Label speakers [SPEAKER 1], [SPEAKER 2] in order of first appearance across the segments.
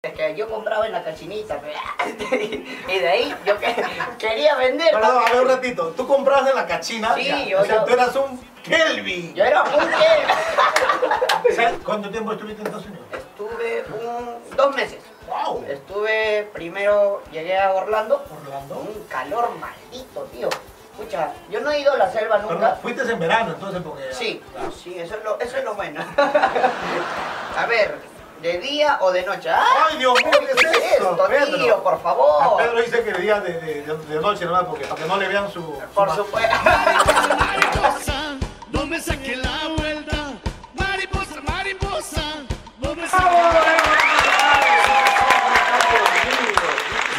[SPEAKER 1] este, yo compraba en la cachinita. y de ahí yo que- quería vender.
[SPEAKER 2] Perdón, a ver un ratito. Tú comprabas en la cachina.
[SPEAKER 1] Sí,
[SPEAKER 2] ya.
[SPEAKER 1] yo-
[SPEAKER 2] O sea,
[SPEAKER 1] yo-
[SPEAKER 2] tú eras un Kelvin.
[SPEAKER 1] Yo era un
[SPEAKER 2] O
[SPEAKER 1] pues,
[SPEAKER 2] sea, ¿Cuánto tiempo estuviste en Estados Unidos?
[SPEAKER 1] Estuve un, dos meses.
[SPEAKER 2] ¡Wow!
[SPEAKER 1] Estuve primero, llegué a Orlando.
[SPEAKER 2] Orlando.
[SPEAKER 1] Un calor maldito, tío. Escucha, yo no he ido a la selva
[SPEAKER 2] Pero
[SPEAKER 1] nunca.
[SPEAKER 2] fuiste en verano, entonces, porque...
[SPEAKER 1] Sí,
[SPEAKER 2] Claro.
[SPEAKER 1] sí, eso es lo, eso es lo bueno. a ver, ¿de día o de noche? ¡Ah!
[SPEAKER 2] ¡Ay, Dios mío! ¿Qué es esto, Pedro?
[SPEAKER 1] tío, por
[SPEAKER 2] A
[SPEAKER 1] favor?
[SPEAKER 2] Pedro dice que de día de, de, de- de noche nomás, porque para que no le vean su...
[SPEAKER 1] Por
[SPEAKER 2] su-
[SPEAKER 1] supuesto.
[SPEAKER 3] Mariposa, no me saque la vuelta. Mariposa, mariposa, no me saque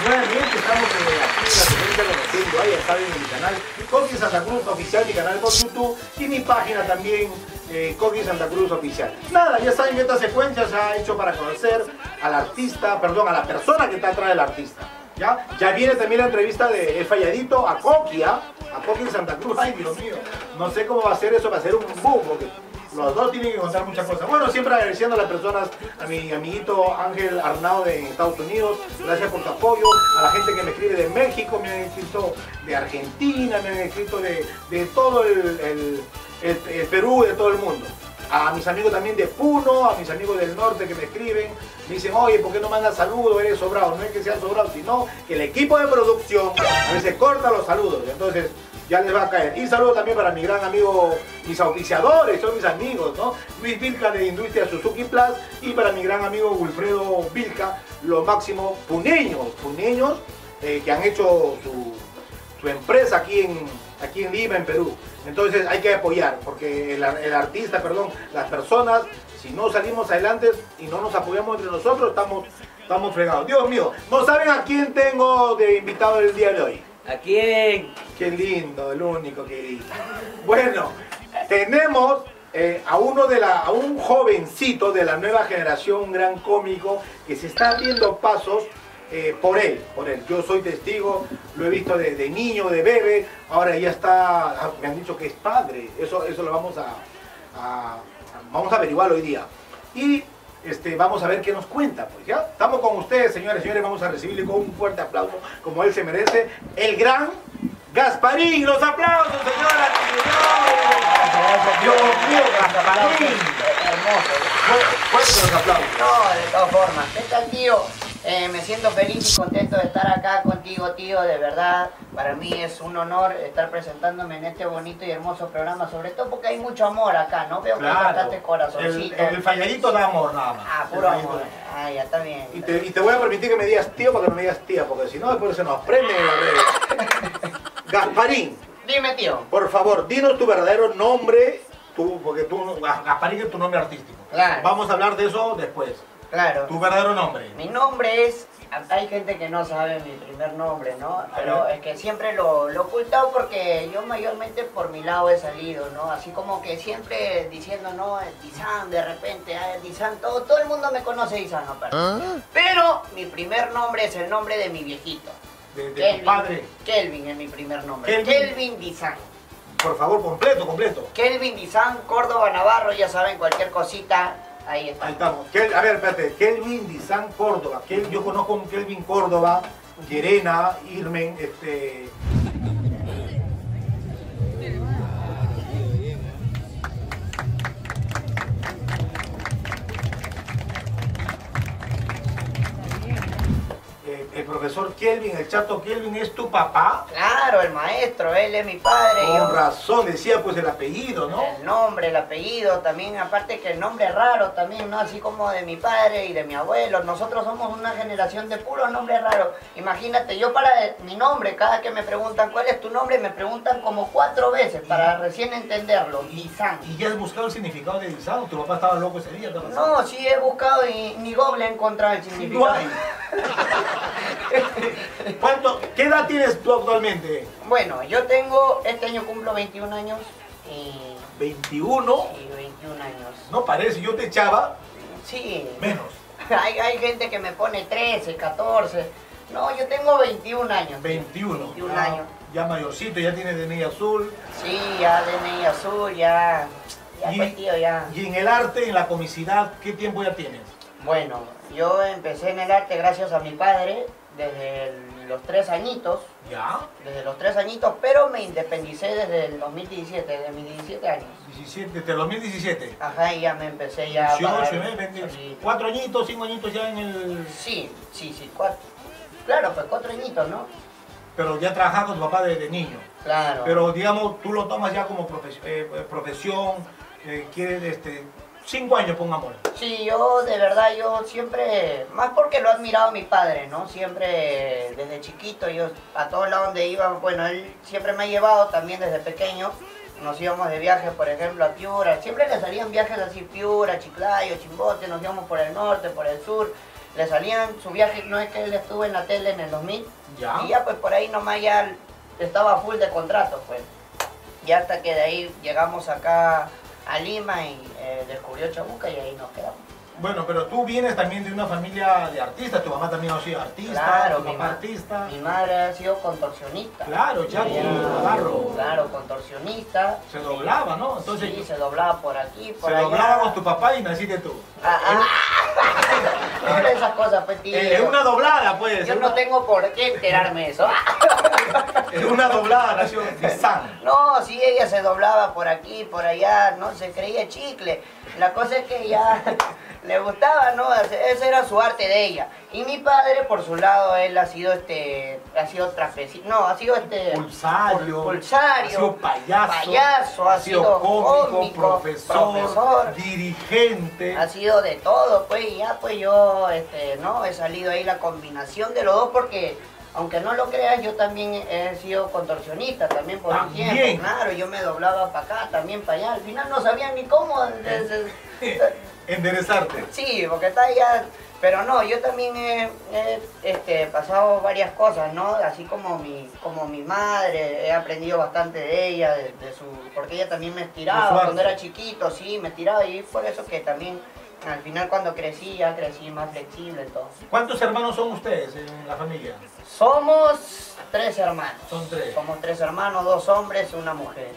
[SPEAKER 2] Nuevamente estamos en la presencia conociendo, ahí ya saben, en mi canal Coqui Santa Cruz Oficial, mi canal por YouTube y mi página también eh, Coqui Santa Cruz Oficial. Nada, ya saben que esta secuencia se ha hecho para conocer al artista, perdón, a la persona que está atrás del artista. ¿ya? ya viene también la entrevista de El Falladito a Coqui, ¿ah? a Coqui Santa Cruz. Ay, Dios mío, no sé cómo va a ser eso, va a ser un boom, porque los dos tienen que contar muchas cosas. Bueno, siempre agradeciendo a las personas, a mi amiguito Ángel Arnao de Estados Unidos, gracias por tu apoyo, a la gente que me escribe de México, me han escrito de Argentina, me han escrito de, de todo el, el- el- el Perú, de todo el mundo. A mis amigos también de Puno, a mis amigos del norte que me escriben, me dicen, oye, ¿por qué no mandas saludos? Eres sobrado. No es que sean sobrados, sino que el equipo de producción a veces corta los saludos. Entonces, ya les va a caer. Y saludo también para mi gran amigo, mis auspiciadores, son mis amigos, ¿no? Luis Vilca de Industria Suzuki Plus y para mi gran amigo Wilfredo Vilca, los máximos puneños, puneños eh, que han hecho su, su empresa aquí en, aquí en Lima, en Perú. Entonces hay que apoyar, porque el, ar- el artista, perdón, las personas, si no salimos adelante y no nos apoyamos entre nosotros, estamos, estamos fregados. Dios mío, no saben a quién tengo de invitado el día de hoy.
[SPEAKER 4] ¿A quién?
[SPEAKER 2] Qué lindo, el único que grita. Bueno, tenemos eh, a uno de la, a un jovencito de la nueva generación, un gran cómico, que se está abriendo pasos eh, por él, por él. Yo soy testigo, lo he visto desde niño, de bebé, ahora ya está, ah, me han dicho que es padre. Eso, eso lo vamos a, a- vamos a averiguarlo hoy día. Y este, vamos a ver qué nos cuenta, pues ya. Estamos con ustedes, señores y señores, vamos a recibirle con un fuerte aplauso, como él se merece, el gran Gasparín. Los aplausos, señoras y señores. Dios mío, Gasparín.
[SPEAKER 1] Hermoso.
[SPEAKER 2] Fu- Fuerte los aplausos.
[SPEAKER 1] No, de todas formas. ¿Qué tal, tío? Eh, me siento feliz y contento de estar acá contigo, tío. De verdad, para mí es un honor estar presentándome en este bonito y hermoso programa, sobre todo porque hay mucho amor acá, ¿no? Veo que hay
[SPEAKER 2] Claro.
[SPEAKER 1] bastantes
[SPEAKER 2] El,
[SPEAKER 1] corazoncitos.
[SPEAKER 2] el falladito da amor, nada más.
[SPEAKER 1] Ah,
[SPEAKER 2] El
[SPEAKER 1] puro
[SPEAKER 2] falladito
[SPEAKER 1] amor.
[SPEAKER 2] da amor.
[SPEAKER 1] Ah, ya está bien.
[SPEAKER 2] Y te, y te voy a permitir que me digas tío para que no me digas tía, porque si no después se nos prende en las redes. Gasparín,
[SPEAKER 1] Dime, tío.
[SPEAKER 2] Por favor, dinos tu verdadero nombre, tú, porque tú, no- Ga- Gasparín es tu nombre artístico.
[SPEAKER 1] Claro.
[SPEAKER 2] Vamos a hablar de eso después.
[SPEAKER 1] Claro.
[SPEAKER 2] Tu verdadero nombre.
[SPEAKER 1] Mi nombre es. Hay gente que no sabe mi primer nombre, ¿no? Pero es que siempre lo, lo he ocultado porque yo mayormente por mi lado he salido, ¿no? Así como que siempre diciendo, no, es Dizan, de repente, ah, es Dizan, todo, todo el mundo me conoce Dizan, ¿no? Pero,
[SPEAKER 2] ¿Ah?
[SPEAKER 1] pero mi primer nombre es el nombre de mi viejito.
[SPEAKER 2] De, de tu padre.
[SPEAKER 1] Kelvin es mi primer nombre.
[SPEAKER 2] Kelvin.
[SPEAKER 1] Kelvin, Dizan.
[SPEAKER 2] Por favor, completo, completo.
[SPEAKER 1] Kelvin Dizan, Córdoba Navarro, ya saben, cualquier cosita, ahí está.
[SPEAKER 2] Ahí estamos. Kel- a ver, espérate. Kelvin Dizán Córdoba. Kel- yo conozco a un Kelvin Córdoba, Yerena, Irmen, este. Eh, El profesor Kelvin, el chato Kelvin, ¿es tu papá?
[SPEAKER 1] Claro, el maestro, él es mi padre. y
[SPEAKER 2] Con
[SPEAKER 1] yo-
[SPEAKER 2] razón, decía pues el apellido, ¿no?
[SPEAKER 1] El nombre, el apellido, también aparte que el nombre es raro también, ¿no? Así como de mi padre y de mi abuelo. Nosotros somos una generación de puros nombres raros. Imagínate, yo para eh, mi nombre, cada que me preguntan cuál es tu nombre, me preguntan como cuatro veces para recién entenderlo. Guisán.
[SPEAKER 2] ¿Y ya has buscado el significado de Dizán? ¿Tu papá estaba loco ese día? ¿Qué ha pasado?
[SPEAKER 1] No, sí he buscado y ni Google ha encontrado el
[SPEAKER 2] No
[SPEAKER 1] significado.
[SPEAKER 2] hay. ¿Cuánto, ¿Qué edad tienes tú actualmente?
[SPEAKER 1] Bueno, yo tengo, este año cumplo 21 años y,
[SPEAKER 2] 21.
[SPEAKER 1] y 21 años.
[SPEAKER 2] No parece, yo te echaba
[SPEAKER 1] Sí.
[SPEAKER 2] menos.
[SPEAKER 1] Hay, hay gente que me pone 13, 14. No, yo tengo 21 años.
[SPEAKER 2] 21.
[SPEAKER 1] 21
[SPEAKER 2] ya,
[SPEAKER 1] años.
[SPEAKER 2] Ya mayorcito, ya tienes DNI azul.
[SPEAKER 1] Sí, ya DNI azul, ya. Ya pues, tío, ya.
[SPEAKER 2] y en el arte, en la comicidad, ¿qué tiempo ya tienes?
[SPEAKER 1] Bueno, yo empecé en el arte gracias a mi padre desde el- los tres añitos,
[SPEAKER 2] ¿Ya?
[SPEAKER 1] desde los tres añitos, pero me independicé desde el 2017, desde mis 17 años.
[SPEAKER 2] 17, desde el 2017.
[SPEAKER 1] Ajá, y ya me empecé ya a
[SPEAKER 2] 18,
[SPEAKER 1] pagar
[SPEAKER 2] 19, 20,
[SPEAKER 1] solito.
[SPEAKER 2] ¿eh? cuatro añitos, cinco añitos ya en el...
[SPEAKER 1] Sí, sí, sí, cuatro. Claro, pues cuatro añitos, ¿no?
[SPEAKER 2] Pero ya trabajaba con tu papá desde niño.
[SPEAKER 1] Claro.
[SPEAKER 2] Pero digamos, tú lo tomas ya como profes- eh, eh, profesión, eh, quieres este, cinco años, pongámoslo.
[SPEAKER 1] Sí, yo de verdad, yo siempre, más porque lo ha admirado mi padre, ¿no? Siempre desde chiquito, yo a todos lados donde iba, bueno, él siempre me ha llevado también desde pequeño. Nos íbamos de viaje, por ejemplo, a Piura. Siempre le salían viajes así, Piura, Chiclayo, Chimbote, nos íbamos por el norte, por el sur. Le salían su viaje, no es que él estuvo en la tele en el 2000.
[SPEAKER 2] Ya.
[SPEAKER 1] Y ya pues por ahí nomás ya estaba full de contratos, pues. Y hasta que de ahí llegamos acá a Lima y eh, descubrió Chabuca y ahí nos quedamos.
[SPEAKER 2] Bueno, pero tú vienes también de una familia de artistas, tu mamá también ha sido artista, tu
[SPEAKER 1] mi,
[SPEAKER 2] papá
[SPEAKER 1] ma-
[SPEAKER 2] artista.
[SPEAKER 1] mi madre ha sido contorsionista.
[SPEAKER 2] Claro, Chaco,
[SPEAKER 1] Ella-
[SPEAKER 2] Navarro.
[SPEAKER 1] Claro, contorsionista.
[SPEAKER 2] Se doblaba, ¿no? Entonces,
[SPEAKER 1] sí, se doblaba por aquí, por
[SPEAKER 2] se
[SPEAKER 1] allá.
[SPEAKER 2] doblaba con tu papá y naciste tú.
[SPEAKER 1] Ah, ah. Por esas cosas, pues, tío.
[SPEAKER 2] Eh, Es una doblada, pues.
[SPEAKER 1] Yo
[SPEAKER 2] Es
[SPEAKER 1] no
[SPEAKER 2] una,
[SPEAKER 1] tengo por qué enterarme de eso.
[SPEAKER 2] en una doblada nació Tizán.
[SPEAKER 1] No, sí, ella se doblaba por aquí, por allá, no se creía chicle. La cosa es que ya le gustaba, ¿no? Ese era su arte de ella. Y mi padre, por su lado, él ha sido este, ha sido trapeci... no, ha sido este...
[SPEAKER 2] Pulsario,
[SPEAKER 1] pul- pulsario,
[SPEAKER 2] ha sido payaso,
[SPEAKER 1] payaso, ha sido,
[SPEAKER 2] cómico,
[SPEAKER 1] profesor,
[SPEAKER 2] profesor, dirigente.
[SPEAKER 1] ha sido de todo, pues y ya pues yo, este, no, he salido ahí la combinación de los dos porque, aunque no lo creas, yo también he sido contorsionista también por
[SPEAKER 2] También.
[SPEAKER 1] un tiempo, claro, yo me doblaba para acá, también para allá, al final no sabía ni cómo, de- de-
[SPEAKER 2] Enderezarte.
[SPEAKER 1] sí, porque está allá, pero no, yo también he, he, este, pasado varias cosas, ¿no? Así como mi, como mi madre, he aprendido bastante de ella, de, de su, porque ella también me
[SPEAKER 2] De su
[SPEAKER 1] estiraba
[SPEAKER 2] arte.
[SPEAKER 1] cuando era chiquito, sí, me estiraba y por eso que también al final cuando crecí ya crecí más flexible, entonces.
[SPEAKER 2] ¿Cuántos hermanos son ustedes en la familia?
[SPEAKER 1] Somos tres hermanos.
[SPEAKER 2] Son tres.
[SPEAKER 1] Somos tres hermanos, dos hombres, una mujer.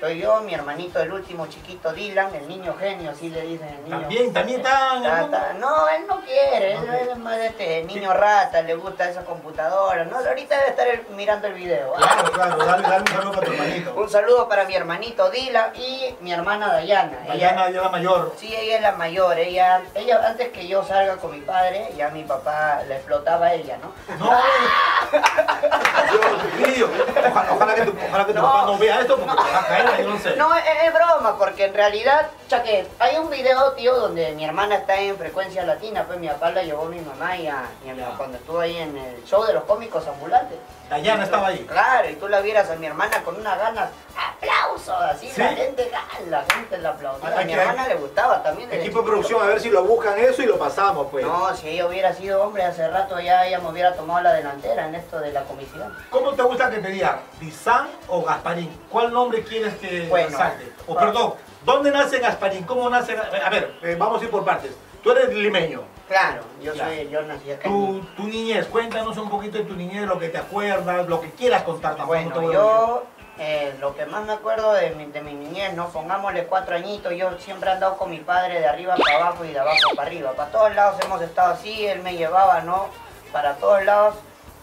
[SPEAKER 1] Soy yo, mi hermanito, el último chiquito, Dylan, el niño genio, así le dicen el niño.
[SPEAKER 2] También, también está en el
[SPEAKER 1] Ta-
[SPEAKER 2] mundo.
[SPEAKER 1] ta- No, él no quiere, él,
[SPEAKER 2] Ok.
[SPEAKER 1] él es más de este niño rata, le gusta esa computadora. No, ahorita debe estar el- mirando el video. ¿ah?
[SPEAKER 2] Claro, claro, dale, dale un saludo a tu hermanito.
[SPEAKER 1] Un saludo para mi hermanito Dila y mi hermana Dayana.
[SPEAKER 2] Dayana ya la mayor.
[SPEAKER 1] sí, ella es la mayor. Ella, ella antes que yo salga con mi padre, ya mi papá la explotaba a ella, ¿no?
[SPEAKER 2] No, Dios mío. Ojalá, ojalá que tu, ojalá que tu
[SPEAKER 1] No.
[SPEAKER 2] papá no vea esto porque te va a caer, yo no sé.
[SPEAKER 1] No, es, es broma, porque en realidad, chaquet, hay un video, tío, donde mi hermana está en frecuencia latina, pues mi papá la llevó a mi mamá y a, y a mi-
[SPEAKER 2] Ya.
[SPEAKER 1] cuando estuvo ahí en el show de los cómicos ambulantes.
[SPEAKER 2] Dayana estaba ahí.
[SPEAKER 1] Claro, y tú la vieras a mi hermana con unas ganas, aplausos, así,
[SPEAKER 2] ¿Sí?
[SPEAKER 1] la gente, ah, la gente la aplaudía. A
[SPEAKER 2] Hay
[SPEAKER 1] mi
[SPEAKER 2] que-
[SPEAKER 1] hermana le gustaba también. desde
[SPEAKER 2] Equipo de
[SPEAKER 1] chiquito.
[SPEAKER 2] producción, a ver si lo buscan eso y lo pasamos, pues.
[SPEAKER 1] No, si ella hubiera sido hombre hace rato ya ella me hubiera tomado la delantera en esto de la comicidad.
[SPEAKER 2] ¿Cómo te gusta que te digan? ¿Dizán o Gasparín? ¿Cuál nombre quieres que
[SPEAKER 1] Bueno.
[SPEAKER 2] salte? O
[SPEAKER 1] Ah.
[SPEAKER 2] perdón, ¿dónde nace Gasparín? ¿Cómo nace? Ga- A ver, eh, vamos a ir por partes. Tú eres limeño.
[SPEAKER 1] Claro, yo
[SPEAKER 2] Ya.
[SPEAKER 1] soy, yo nací acá. en
[SPEAKER 2] Tu, tu niñez, cuéntanos un poquito de tu niñez, lo que te acuerdas, lo que quieras contar tampoco te voy
[SPEAKER 1] Bueno,
[SPEAKER 2] a
[SPEAKER 1] yo eh, lo que más me acuerdo de mi, de mi niñez, ¿no? Pongámosle cuatro añitos, yo siempre he andado con mi padre de arriba para abajo y de abajo para arriba. Para todos lados hemos estado así, él me llevaba, ¿no? Para todos lados.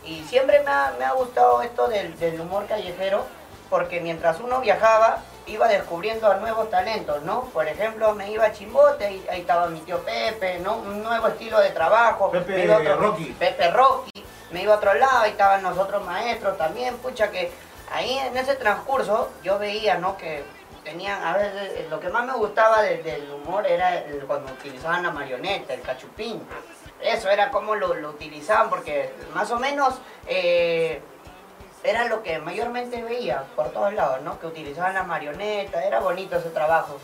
[SPEAKER 1] Y siempre me ha, me ha gustado esto del, del humor callejero, porque mientras uno viajaba, iba descubriendo a nuevos talentos, ¿no? Por ejemplo, me iba a Chimbote, y ahí estaba mi tío Pepe, ¿no? Un nuevo estilo de trabajo.
[SPEAKER 2] Pepe
[SPEAKER 1] Me iba a
[SPEAKER 2] Rocky.
[SPEAKER 1] Pepe Rocky, me iba a otro lado y estaban nosotros maestros también, pucha que ahí en ese transcurso yo veía, ¿no? Que tenían, a veces, eh, lo que más me gustaba de- del humor era el- cuando utilizaban la marioneta, el cachupín. Eso era como lo, lo utilizaban, porque más o menos eh, era lo que mayormente veía por todos lados, ¿no? Que utilizaban la marioneta, era bonito ese trabajo.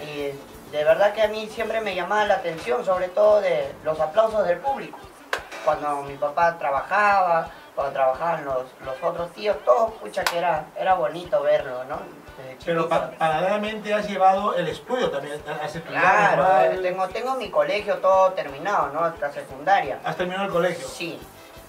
[SPEAKER 1] Y de verdad que a mí siempre me llamaba la atención, sobre todo de los aplausos del público cuando mi papá trabajaba, cuando trabajaban los, los otros tíos, todo, pucha, que era, era bonito verlo, ¿no? Desde
[SPEAKER 2] Pero
[SPEAKER 1] chiquito.
[SPEAKER 2] pa- paralelamente has llevado el estudio también, has estudiado
[SPEAKER 1] Claro, eh,
[SPEAKER 2] normal,
[SPEAKER 1] tengo, tengo mi colegio todo terminado, ¿no? Hasta secundaria.
[SPEAKER 2] has terminado el colegio.
[SPEAKER 1] Sí.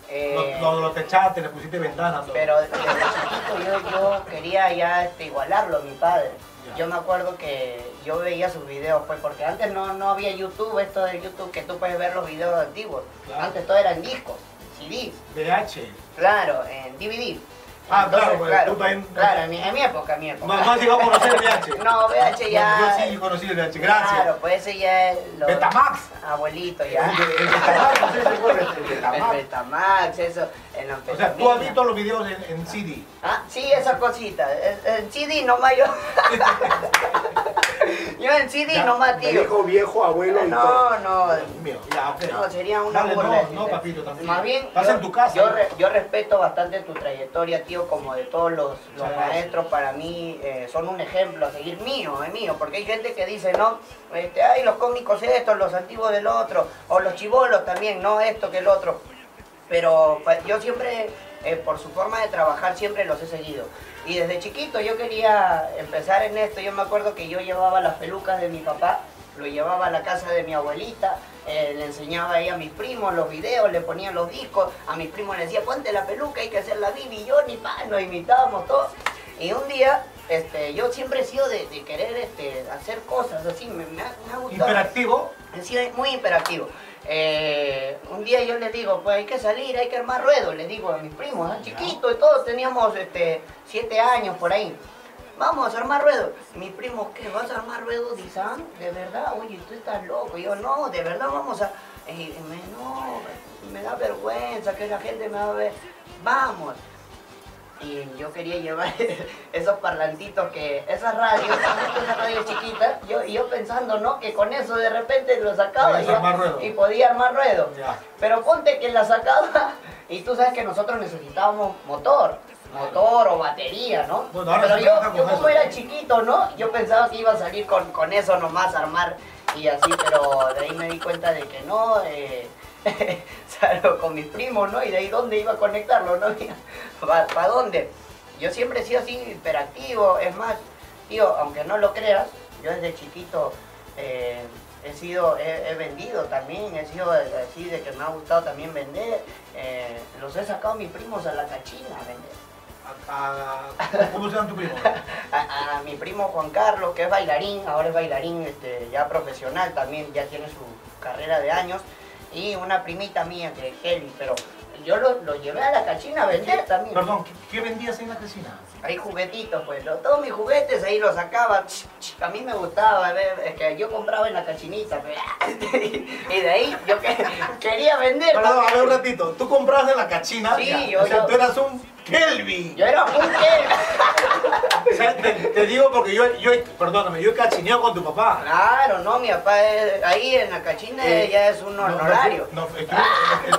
[SPEAKER 1] Eh,
[SPEAKER 2] Lo, lo, lo techaste, le pusiste ventanas. todo.
[SPEAKER 1] Pero desde chiquito yo, yo quería ya este, igualarlo a mi padre.
[SPEAKER 2] Ya.
[SPEAKER 1] Yo me acuerdo que yo veía sus videos, pues porque antes no, no había YouTube, esto de YouTube, que tú puedes ver los videos antiguos.
[SPEAKER 2] Claro.
[SPEAKER 1] Antes todo eran discos, CDs,
[SPEAKER 2] VH.
[SPEAKER 1] claro, en DVD.
[SPEAKER 2] Ah, claro, pues, tú también-
[SPEAKER 1] claro, en mi, en mi época, en mi época.
[SPEAKER 2] No, no has llegado a conocer el VH.
[SPEAKER 1] No, VH ya...
[SPEAKER 2] Yo sí conocí el VH, gracias.
[SPEAKER 1] Claro, pues ese ya es... lo-
[SPEAKER 2] Betamax.
[SPEAKER 1] Abuelito
[SPEAKER 2] El
[SPEAKER 1] ya.
[SPEAKER 2] de- el Betamax, no sé si recuerdas, el
[SPEAKER 1] El
[SPEAKER 2] Betamax.
[SPEAKER 1] Betamax, eso, en
[SPEAKER 2] O sea, tú has visto los videos en, en CD.
[SPEAKER 1] Ah, sí, esa cosita. El, el CD nomás yo. yo en CD
[SPEAKER 2] Ya,
[SPEAKER 1] nomás,
[SPEAKER 4] Me
[SPEAKER 1] tío.
[SPEAKER 4] dijo viejo, abuelo y todo.
[SPEAKER 1] No, no.
[SPEAKER 2] Mío, ya, ok.
[SPEAKER 1] No, sería una
[SPEAKER 2] Dale,
[SPEAKER 1] burla
[SPEAKER 2] No, no,
[SPEAKER 1] decirte.
[SPEAKER 2] papito, también.
[SPEAKER 1] Más bien,
[SPEAKER 2] Estás
[SPEAKER 1] yo,
[SPEAKER 2] en tu casa.
[SPEAKER 1] Yo, re- yo respeto bastante tu trayectoria, tío, como de todos los, los
[SPEAKER 2] Muchas
[SPEAKER 1] maestros, para mí eh, son un ejemplo a seguir mío, es mío, porque hay gente que dice, no, este, ay, los cómicos estos, los antiguos del otro, o los chivolos también, no esto que el otro. Pero pa- yo siempre, eh, por su forma de trabajar, siempre los he seguido. Y desde chiquito yo quería empezar en esto. Yo me acuerdo que yo llevaba las pelucas de mi papá, lo llevaba a la casa de mi abuelita, eh, le enseñaba ahí a mis primos los videos, le ponía los discos, a mis primos les decía, ponte la peluca, hay que hacer la Bibi, yo ni pa, nos imitábamos todos. Y un día, este, yo siempre he sido de, de querer este, hacer cosas así, me, me ha, me ha gustado.
[SPEAKER 2] Imperactivo.
[SPEAKER 1] He sido muy imperativo. Eh, un día yo les digo, pues hay que salir, hay que armar ruedo, les digo a mis primos, ¿ah? chiquitos, y todos teníamos este, siete años por ahí. Vamos a armar ruedo. Mis primos, ¿qué? ¿Vas a armar ruedo, Dizan? ¿De verdad? Oye, tú estás loco. Y yo, no, de verdad vamos a... Y me, no, me da vergüenza que la gente me va a ver. Vamos. Y yo quería llevar esos parlantitos que, esas radios, esas radios chiquitas, yo, y yo pensando, ¿no? Que con eso de repente lo sacaba
[SPEAKER 2] Podías
[SPEAKER 1] y, ya-
[SPEAKER 2] armar ruedo.
[SPEAKER 1] y podía armar ruedo.
[SPEAKER 2] Ya.
[SPEAKER 1] Pero ponte que la sacaba y tú sabes que nosotros necesitábamos motor, motor o batería, ¿no?
[SPEAKER 2] Bueno, ahora
[SPEAKER 1] Pero
[SPEAKER 2] se
[SPEAKER 1] yo,
[SPEAKER 2] trabaja
[SPEAKER 1] yo
[SPEAKER 2] con
[SPEAKER 1] como
[SPEAKER 2] eso.
[SPEAKER 1] era chiquito, ¿no? Yo pensaba que iba a salir con, con eso nomás, armar y así, pero de ahí me di cuenta de que no, eh, salgo con mis primos, ¿no? Y de ahí dónde iba a conectarlo, ¿no? ¿Para dónde? Yo siempre he sido así hiperactivo, es más, tío, aunque no lo creas, yo desde chiquito eh, he sido, he, he vendido también, he sido así de que me ha gustado también vender, eh, los he sacado a mis primos a la cachina a vender.
[SPEAKER 2] A- a- ¿Cómo se llama tu primo?
[SPEAKER 1] a, a mi primo Juan Carlos, que es bailarín, ahora es bailarín este, ya profesional también, ya tiene su carrera de años, y una primita mía que es Kelly, pero yo lo, lo llevé a la cachina a vender también.
[SPEAKER 2] Perdón, ¿qué, qué vendías en la cocina?
[SPEAKER 1] Hay juguetitos, pues, lo- todos mis juguetes ahí los sacaba, ch, ch, a mí me gustaba, ver, es que yo compraba en la cachinita, pues, y de ahí yo que- quería vender.
[SPEAKER 2] Perdón, a ver un ratito. Tú comprabas de la cachina.
[SPEAKER 1] Sí,
[SPEAKER 2] Ya.
[SPEAKER 1] yo-
[SPEAKER 2] O sea,
[SPEAKER 1] yo-
[SPEAKER 2] tú eras un Kelvin.
[SPEAKER 1] Yo era un Kelly.
[SPEAKER 2] O sea, te, te digo porque yo, yo, perdóname, yo he cachineado con tu papá.
[SPEAKER 1] Claro, no, mi papá es- ahí en la cachina
[SPEAKER 2] Eh,
[SPEAKER 1] ya es un
[SPEAKER 2] No, no,
[SPEAKER 1] honorario.
[SPEAKER 2] no, estuvimos,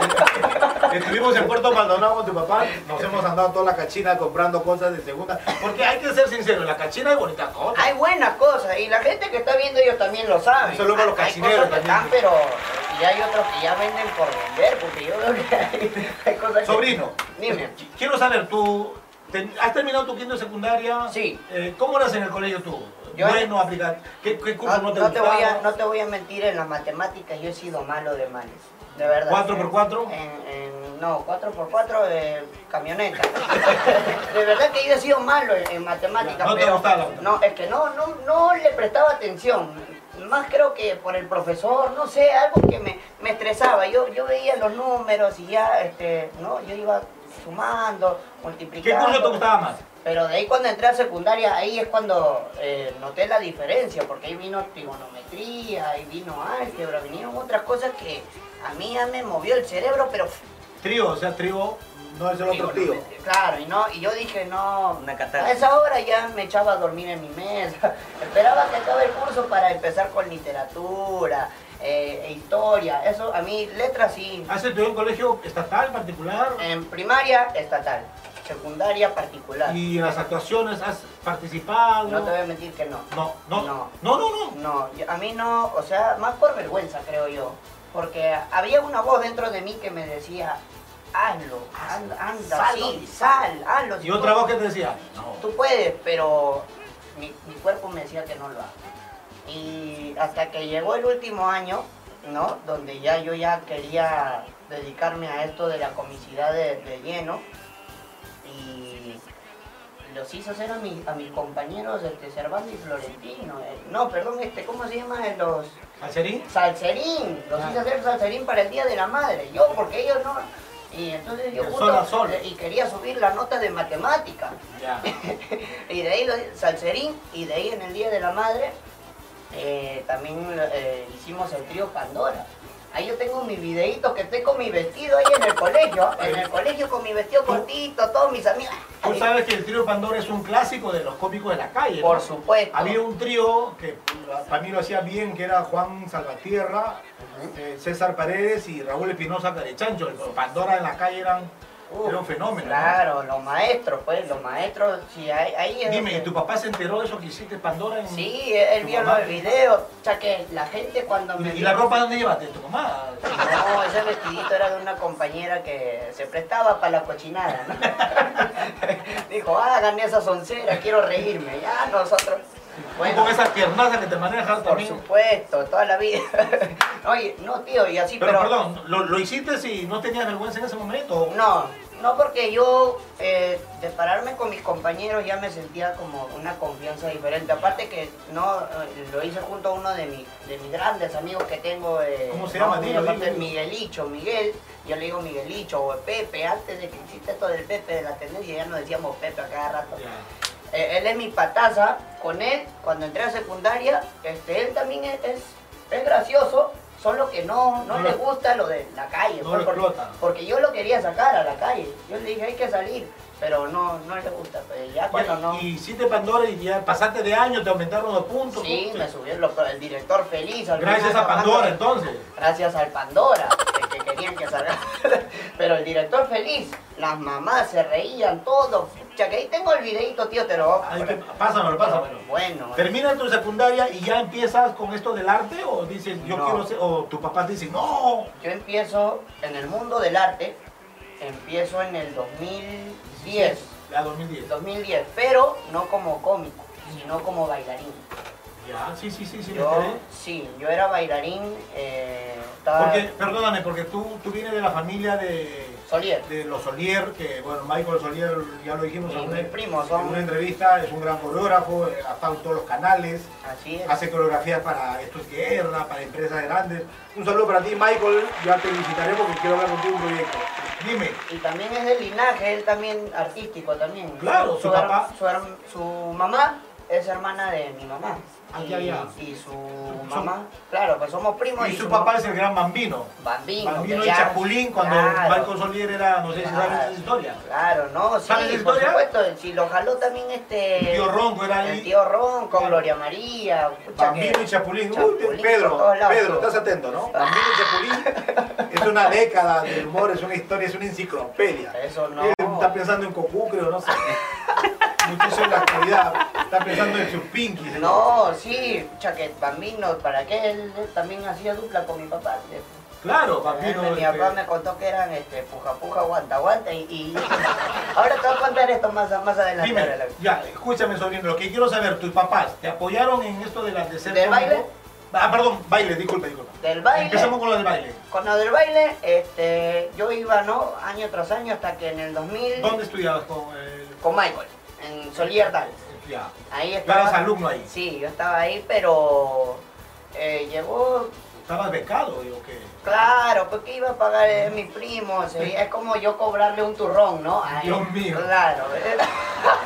[SPEAKER 2] estuvimos en Puerto Maldonado con tu papá, nos hemos andado toda la cachina comprando cosas de segunda. Porque hay que ser sincero, en la cachina hay bonitas cosas.
[SPEAKER 1] Hay buenas cosas y la gente que está viendo ellos también lo saben.
[SPEAKER 2] Un saludo para los
[SPEAKER 1] Hay
[SPEAKER 2] casineros
[SPEAKER 1] cosas que
[SPEAKER 2] también.
[SPEAKER 1] están, pero y hay otros que ya venden por vender, porque yo creo que hay, hay cosas que...
[SPEAKER 2] Sobrino,
[SPEAKER 1] Dime.
[SPEAKER 2] qu- quiero saber, tú te- has terminado tu quinto de secundaria.
[SPEAKER 1] Sí.
[SPEAKER 2] Eh, ¿Cómo eras en el colegio tú?
[SPEAKER 1] Yo-
[SPEAKER 2] bueno, aplicar. ¿Qué, qué curso
[SPEAKER 1] No,
[SPEAKER 2] no, te
[SPEAKER 1] Ah, no te voy a,
[SPEAKER 2] gustaba?
[SPEAKER 1] no te voy a mentir, en las matemáticas yo he sido malo de males. De verdad.
[SPEAKER 2] ¿Cuatro por cuatro?
[SPEAKER 1] En- en- no, 4x4 de camioneta. de verdad que yo he sido malo en, en matemáticas.
[SPEAKER 2] No te
[SPEAKER 1] pero-
[SPEAKER 2] gustaba la matemática.
[SPEAKER 1] No, es que no, no, no le prestaba atención. Más creo que por el profesor, no sé, algo que me, me estresaba. Yo, yo veía los números y ya, este, ¿no? Yo iba sumando,
[SPEAKER 2] ¿Qué
[SPEAKER 1] multiplicando.
[SPEAKER 2] curso te gustaba más?
[SPEAKER 1] Pero de ahí cuando entré a secundaria, ahí es cuando eh, noté la diferencia, porque ahí vino trigonometría, ahí vino álgebra, vinieron otras cosas que a mí ya me movió el cerebro, pero...
[SPEAKER 2] Trío, o sea, trío.
[SPEAKER 4] No es el otro tío.
[SPEAKER 1] trigonometría, Claro, y, no, y yo dije, no,
[SPEAKER 5] Una
[SPEAKER 1] a
[SPEAKER 5] catástrofe.
[SPEAKER 1] esa hora ya me echaba a dormir en mi mesa, esperaba que acabe el curso para empezar con literatura, eh, e historia, eso a mí letras sí,
[SPEAKER 2] ¿Has estudiado en un colegio estatal, particular?
[SPEAKER 1] en primaria estatal, secundaria particular,
[SPEAKER 2] ¿Y en las actuaciones has participado?
[SPEAKER 1] no te voy a mentir que no.
[SPEAKER 2] No, no, no,
[SPEAKER 1] No.
[SPEAKER 2] no, no.
[SPEAKER 1] No, yo- a mí no, o sea, más por vergüenza creo yo, porque había una voz dentro de mí que me decía, hazlo, anda, anda,
[SPEAKER 5] Sal,
[SPEAKER 1] sí, sal, hazlo. si
[SPEAKER 2] ¿Y
[SPEAKER 1] tú-
[SPEAKER 2] otra voz que te decía? No.
[SPEAKER 1] Tú puedes, pero mi, mi cuerpo me decía que no lo haga. Y hasta que llegó el último año, ¿no? Donde ya yo ya quería dedicarme a esto de la comicidad de, de lleno. Y los hizo hacer a, mi- a mis compañeros este, Cervantes y Florentino. eh, no, perdón, este, ¿cómo se llama? Eh, Los
[SPEAKER 2] ¿Alcerín?
[SPEAKER 1] Salserín. Los hice hacer Salserín para el Día de la Madre. Yo, porque ellos no... Y entonces yo
[SPEAKER 2] Del
[SPEAKER 1] justo- eh,
[SPEAKER 2] sol a sol.
[SPEAKER 1] y quería subir la nota de matemática.
[SPEAKER 2] Ya.
[SPEAKER 1] y de ahí los Salserín y de ahí en el Día de la Madre eh, también eh, hicimos el trío Pandora. Ahí yo tengo mi videíto que estoy con mi vestido ahí en el colegio, ¿ah? en el colegio con mi vestido cortito, todos mis amigos.
[SPEAKER 2] Tú sabes que el trío Pandora es un clásico de los cómicos de la calle. ¿no?
[SPEAKER 1] Por supuesto.
[SPEAKER 2] Había un trío que para mí lo hacía bien, que era Juan Salvatierra, eh, César Paredes y Raúl Espinosa Carechancho. El Pandora en la calle eran,
[SPEAKER 1] Uh,
[SPEAKER 2] era un fenómeno. ¿no?
[SPEAKER 1] Claro, los maestros, pues, los maestros, sí, ahí, ahí es
[SPEAKER 2] Dime, ¿y
[SPEAKER 1] donde-
[SPEAKER 2] tu papá se enteró de eso que hiciste Pandora? En...
[SPEAKER 1] Sí, él
[SPEAKER 2] tu
[SPEAKER 1] vio
[SPEAKER 2] mamá?
[SPEAKER 1] los videos, o sea que la gente cuando me
[SPEAKER 2] ¿Y
[SPEAKER 1] vio-
[SPEAKER 2] la ropa dónde llevaste? ¿Tu mamá?
[SPEAKER 1] No, ese vestidito era de una compañera que se prestaba para la cochinada, ¿no? Dijo, háganme esa soncera, quiero reírme. Ya nosotros.
[SPEAKER 2] Tú
[SPEAKER 1] Bueno,
[SPEAKER 2] Con esa piernaza que te manejas
[SPEAKER 1] por
[SPEAKER 2] también.
[SPEAKER 1] supuesto, toda la vida. Oye, no, tío, y así,
[SPEAKER 2] Pero,
[SPEAKER 1] pero.
[SPEAKER 2] perdón, ¿lo, lo hiciste si no tenías vergüenza en ese momento?
[SPEAKER 1] No, no porque yo eh, de pararme con mis compañeros ya me sentía como una confianza diferente. Aparte que no eh, lo hice junto a uno de mis de mis grandes amigos que tengo. eh,
[SPEAKER 2] ¿Cómo se
[SPEAKER 1] no,
[SPEAKER 2] llama?
[SPEAKER 1] muy
[SPEAKER 2] Dilo,
[SPEAKER 1] aparte,
[SPEAKER 2] dilo.
[SPEAKER 1] Miguelicho, Miguel. Yo le digo Miguelicho o Pepe. Antes de que exista esto del Pepe de la tendencia ya nos decíamos Pepe a cada rato.
[SPEAKER 2] Ya.
[SPEAKER 1] Eh, él es mi pataza. Con él, cuando entré a secundaria, este, él también es, es, es gracioso. Solo que no, no,
[SPEAKER 2] No
[SPEAKER 1] le
[SPEAKER 2] lo-
[SPEAKER 1] gusta lo de la calle.
[SPEAKER 2] no
[SPEAKER 1] pues,
[SPEAKER 2] lo
[SPEAKER 1] porque,
[SPEAKER 2] explota.
[SPEAKER 1] porque yo lo quería sacar a la calle. Yo le dije, hay que salir. Pero no, no le gusta. pues, ya cuando no.
[SPEAKER 2] Y hiciste Pandora y ya pasaste de año, te aumentaron los puntos.
[SPEAKER 1] Sí,
[SPEAKER 2] ¿no?
[SPEAKER 1] me subió el, loco- el director feliz. al
[SPEAKER 2] eh. Gracias
[SPEAKER 1] final,
[SPEAKER 2] a Pandora
[SPEAKER 1] trabajando-
[SPEAKER 2] entonces.
[SPEAKER 1] gracias al Pandora, que, que querían que salga. Pero el director feliz, las mamás se reían, todo. Pucha, que ahí tengo el videito, tío, te lo voy a
[SPEAKER 2] Ay, que-
[SPEAKER 1] poner.
[SPEAKER 2] pásamelo, pásamelo.
[SPEAKER 1] Bueno,
[SPEAKER 2] ¿Terminas tu secundaria y ya empiezas con esto del arte? ¿O dices, yo
[SPEAKER 1] No.
[SPEAKER 2] quiero ser.? ¿O tu papá dice, no?
[SPEAKER 1] yo empiezo en el mundo del arte, empiezo en el 2010,
[SPEAKER 2] Ya, 2010.
[SPEAKER 1] 2010, pero no como cómico, sino como bailarín.
[SPEAKER 2] Ya, sí, sí, sí, sí. me
[SPEAKER 1] Yo,
[SPEAKER 2] enteré.
[SPEAKER 1] sí, yo era bailarín, eh, estaba
[SPEAKER 2] Porque, perdóname, porque tú, tú vienes de la familia de.
[SPEAKER 1] Solier.
[SPEAKER 2] de los Solier, que bueno, Michael Solier, ya lo dijimos
[SPEAKER 1] Y
[SPEAKER 2] en,
[SPEAKER 1] mis
[SPEAKER 2] una-
[SPEAKER 1] primos
[SPEAKER 2] en
[SPEAKER 1] son-
[SPEAKER 2] una entrevista, es un gran coreógrafo, eh, ha estado en todos los canales,
[SPEAKER 1] Así es.
[SPEAKER 2] hace coreografías para Esto es Guerra, para empresas grandes. Un saludo para ti, Michael, ya te visitaré porque quiero hablar contigo un proyecto. Dime,
[SPEAKER 1] Y también es del linaje, él también artístico también.
[SPEAKER 2] Claro, su
[SPEAKER 1] her-
[SPEAKER 2] papá.
[SPEAKER 1] Su, her- su mamá es hermana de mi mamá.
[SPEAKER 2] Ah,
[SPEAKER 1] y,
[SPEAKER 2] ya, ya.
[SPEAKER 1] y su mamá, claro, pues somos primos.
[SPEAKER 2] y su papá
[SPEAKER 1] mamá-
[SPEAKER 2] es el gran Bambino.
[SPEAKER 1] Bambino.
[SPEAKER 2] Bambino
[SPEAKER 1] que
[SPEAKER 2] y
[SPEAKER 1] ya-
[SPEAKER 2] Chapulín, cuando
[SPEAKER 1] Claro,
[SPEAKER 2] Michael Solier era, no sé si sabes
[SPEAKER 1] claro,
[SPEAKER 2] esa historia.
[SPEAKER 1] Claro, no, sí,
[SPEAKER 2] ¿Sabes esa
[SPEAKER 1] por
[SPEAKER 2] historia?
[SPEAKER 1] supuesto, si lo jaló también este...
[SPEAKER 2] El tío Ronco era ahí.
[SPEAKER 1] El tío Ron con
[SPEAKER 2] Claro.
[SPEAKER 1] Gloria María. pucha
[SPEAKER 2] Bambino
[SPEAKER 1] que-
[SPEAKER 2] y Chapulín. Uy,
[SPEAKER 1] Chapulín por
[SPEAKER 2] Pedro,
[SPEAKER 1] todos lados. Ah.
[SPEAKER 2] Pedro, estás atento, ¿no? Bambino y Chapulín es una década de humor, es una historia, es una enciclopedia.
[SPEAKER 1] Eso no.
[SPEAKER 2] Eh, Está pensando en Cocú, creo, no sé. Muchacho en la actualidad. Está pensando en sus pinkies.
[SPEAKER 1] No, sí, pucha que Bambino, ¿para qué? Él él también hacía dupla con mi papá. de-
[SPEAKER 2] Claro,
[SPEAKER 1] Bueno,
[SPEAKER 2] Bambino.
[SPEAKER 1] mi
[SPEAKER 2] este,
[SPEAKER 1] papá me contó que eran este, puja puja, guanta guanta y, y- ahora te voy a contar esto más, más adelante.
[SPEAKER 2] Dime,
[SPEAKER 1] ahora, la-
[SPEAKER 2] ya, escúchame, sobrino, lo que quiero saber, ¿tus papás te apoyaron en esto de las de ser
[SPEAKER 1] ¿Del
[SPEAKER 2] cómico?
[SPEAKER 1] baile?
[SPEAKER 2] Ah, perdón, baile, disculpa, disculpa.
[SPEAKER 1] Del baile.
[SPEAKER 2] Empezamos con lo del baile.
[SPEAKER 1] Con lo del baile, este, yo iba ¿no? año tras año hasta que en el 2000
[SPEAKER 2] ¿Dónde estudiabas con eh? el...?
[SPEAKER 1] con Michael, en Solier Dance.
[SPEAKER 2] Ya.
[SPEAKER 1] Ahí
[SPEAKER 2] Tú eras
[SPEAKER 1] estaba.
[SPEAKER 2] alumno ahí.
[SPEAKER 1] Sí, yo estaba ahí, pero eh, llegó
[SPEAKER 2] ¿Estabas becado, digo, que...?
[SPEAKER 1] Claro, porque iba a pagar eh, mi primo, sí, es como yo cobrarle un turrón, ¿no? Ay,
[SPEAKER 2] Dios mío.
[SPEAKER 1] Claro. ¿eh?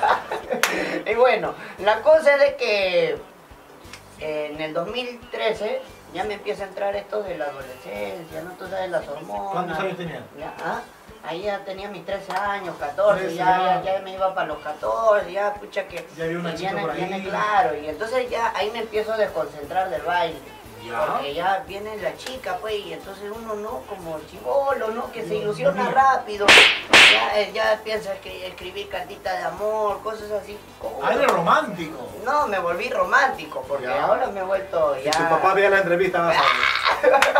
[SPEAKER 1] y bueno, la cosa es de que eh, en el 2013 ya me empieza a entrar esto de la adolescencia, ¿no? Tú sabes, las hormonas.
[SPEAKER 2] ¿Cuántos años tenías?
[SPEAKER 1] Ya, ah, Ahí ya tenía mis 13 años, 14,
[SPEAKER 2] 13,
[SPEAKER 1] ya,
[SPEAKER 2] ya.
[SPEAKER 1] ya, ya me iba para los 14, ya, pucha que...
[SPEAKER 2] Ya había una
[SPEAKER 1] y
[SPEAKER 2] chica
[SPEAKER 1] viene-
[SPEAKER 2] por ahí.
[SPEAKER 1] viene Claro, y entonces ya ahí me empiezo a desconcentrar del baile.
[SPEAKER 2] Ah,
[SPEAKER 1] Porque ya viene la chica, pues, y entonces uno no, como chivolo, ¿no? Que se ilusiona rápido. Ya, eh, ya piensa que escribir cartitas de amor, cosas así. Como-
[SPEAKER 2] Ah, eres romántico.
[SPEAKER 1] No, me volví romántico, porque
[SPEAKER 2] Ya.
[SPEAKER 1] ahora me he vuelto ya.
[SPEAKER 2] Si tu papá vea la entrevista, vas a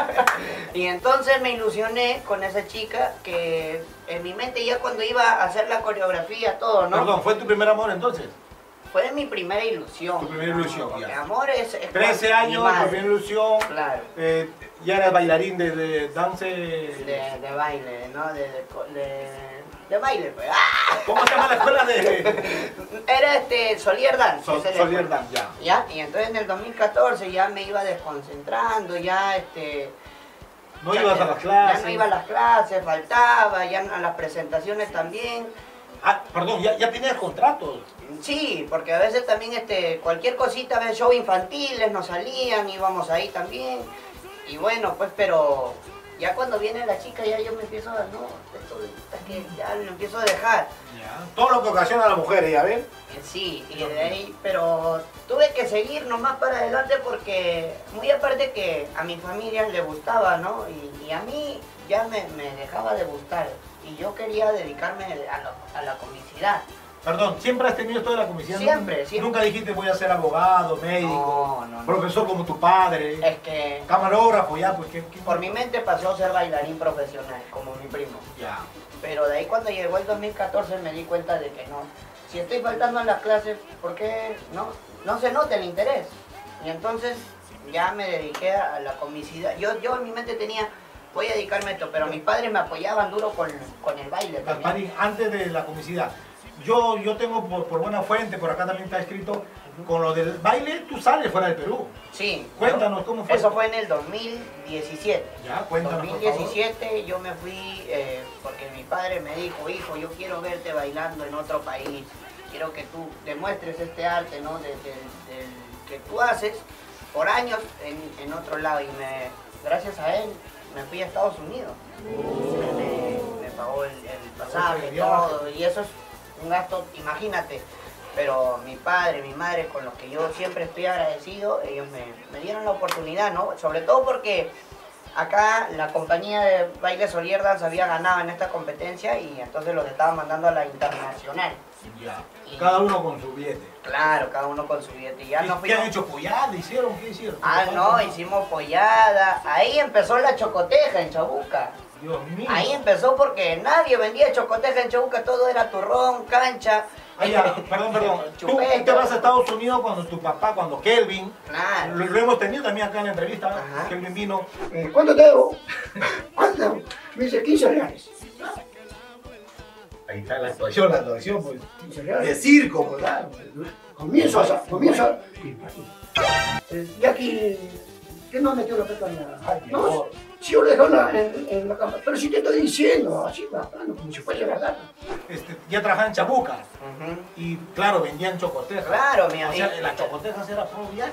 [SPEAKER 2] ver.
[SPEAKER 1] Y entonces me ilusioné con esa chica que en mi mente ya cuando iba a hacer la coreografía, todo, ¿no?
[SPEAKER 2] Perdón, ¿fue tu primer amor entonces?
[SPEAKER 1] fue mi primera ilusión.
[SPEAKER 2] Tu primera
[SPEAKER 1] ¿no?
[SPEAKER 2] ilusión,
[SPEAKER 1] Porque
[SPEAKER 2] ya.
[SPEAKER 1] amor es... es cuando-
[SPEAKER 2] 13
[SPEAKER 1] mi
[SPEAKER 2] años,
[SPEAKER 1] madre,
[SPEAKER 2] tu primera ilusión.
[SPEAKER 1] Claro.
[SPEAKER 2] eh, ya eras bailarín de, de dance.
[SPEAKER 1] De, de baile, ¿no? De, de, co- de- de baile, pues. ¡Ah!
[SPEAKER 2] ¿Cómo se llama la escuela de.?
[SPEAKER 1] Era este Solier Dance.
[SPEAKER 2] Sol-
[SPEAKER 1] esa es la
[SPEAKER 2] Solier
[SPEAKER 1] escuela.
[SPEAKER 2] Dance, ya.
[SPEAKER 1] Ya, y entonces en el 2014 ya me iba desconcentrando, ya este...
[SPEAKER 2] No
[SPEAKER 1] ya-
[SPEAKER 2] ibas a las
[SPEAKER 1] Ya
[SPEAKER 2] clases.
[SPEAKER 1] no iba a las clases, faltaba, ya a las presentaciones también.
[SPEAKER 2] Ah, perdón, ya, ya tenías contratos.
[SPEAKER 1] Sí, porque a veces también este, cualquier cosita, a veces show infantiles nos salían, íbamos ahí también. Y bueno, pues pero ya cuando viene la chica ya yo me empiezo a, no, esto está que ya lo empiezo a dejar.
[SPEAKER 2] Todo lo que ocasiona a las mujeres, ya ven.
[SPEAKER 1] Eh, Sí, y de ahí, pero tuve que seguir nomás para adelante porque muy aparte que a mi familia le gustaba, ¿no? Y, y a mí ya me, me dejaba de gustar y yo quería dedicarme a, lo- a la comicidad.
[SPEAKER 2] Perdón, ¿siempre has tenido esto de la comisión?
[SPEAKER 1] Siempre, siempre.
[SPEAKER 2] Nunca dijiste voy a ser abogado, médico,
[SPEAKER 1] No, no, no.
[SPEAKER 2] profesor como tu padre,
[SPEAKER 1] Es que
[SPEAKER 2] camarógrafo, ya, pues ¿qué- qué-
[SPEAKER 1] Por mi mente pasó a ser bailarín profesional, como mi primo.
[SPEAKER 2] Ya.
[SPEAKER 1] Pero de ahí cuando llegó el 2014 me di cuenta de que no. Si estoy faltando en las clases, ¿por qué no? No se nota el interés. Y entonces ya me dediqué a la comicidad. Yo, yo en mi mente tenía, voy a dedicarme a esto, pero mis padres me apoyaban duro con, con el baile también.
[SPEAKER 2] Gasparín, antes de la comicidad, yo, yo tengo por, por buena fuente, por acá también está escrito, con lo del baile tú sales fuera del Perú.
[SPEAKER 1] Sí.
[SPEAKER 2] Cuéntanos, ¿cómo fue?
[SPEAKER 1] Eso fue en el 2017.
[SPEAKER 2] Ya, cuéntanos, por favor.
[SPEAKER 1] 2017 yo me fui eh, porque mi padre me dijo, hijo, yo quiero verte bailando en otro país, quiero que tú demuestres este arte, ¿no? de- del- del que tú haces por años en, en otro lado y me, gracias a él me fui a Estados Unidos. Me, me pagó el, el pasaje,
[SPEAKER 2] Ese viaje.
[SPEAKER 1] todo, y eso es un gasto, imagínate. Pero mi padre, mi madre, con los que yo siempre estoy agradecido, ellos me, me dieron la oportunidad, ¿no? Sobre todo porque Acá la compañía de baile Solier Dance había ganado en esta competencia y entonces los estaban mandando a la internacional.
[SPEAKER 2] Ya.
[SPEAKER 1] Y-
[SPEAKER 2] Cada uno con su billete.
[SPEAKER 1] Claro, cada uno con su billete. Y Ya
[SPEAKER 2] ¿Qué,
[SPEAKER 1] no fui
[SPEAKER 2] qué han hecho? ¿Pollada? ¿Hicieron? ¿Qué hicieron?
[SPEAKER 1] Ah, no, hicimos pollada. Ahí empezó la chocoteja en Chabuca.
[SPEAKER 2] Dios mío.
[SPEAKER 1] Ahí empezó porque nadie vendía chocoteja en Chabuca, todo era turrón, cancha.
[SPEAKER 2] Ah, ya, perdón, perdón. Tú, tú
[SPEAKER 1] chupeta.
[SPEAKER 2] te vas a Estados Unidos cuando tu papá, cuando Kelvin,
[SPEAKER 1] Claro.
[SPEAKER 2] lo, lo hemos tenido también acá en la entrevista,
[SPEAKER 1] Ajá.
[SPEAKER 2] Kelvin vino,
[SPEAKER 6] Eh, ¿Cuánto te debo? ¿Cuánto? te debo? Me dice 15 reales.
[SPEAKER 2] Ahí está la actuación, la actuación, pues.
[SPEAKER 6] 15
[SPEAKER 2] De
[SPEAKER 6] reales.
[SPEAKER 2] circo, pues. ah.
[SPEAKER 6] Comienzo a. sa- Comienzo a. Eh, Y aquí. ¿Qué me has metido la pata en la.?
[SPEAKER 2] Ay,
[SPEAKER 6] No, si yo lo dejo en la, en, en la cama. Pero si te estoy diciendo, así, bajando, como si fuese verdad.
[SPEAKER 2] Este, ya trabajaba en Chabuca.
[SPEAKER 1] Ujú.
[SPEAKER 2] Y claro, vendían chocotejas.
[SPEAKER 1] Claro, mi
[SPEAKER 2] O
[SPEAKER 1] amigo.
[SPEAKER 2] sea, las chocotejas era puro viaje.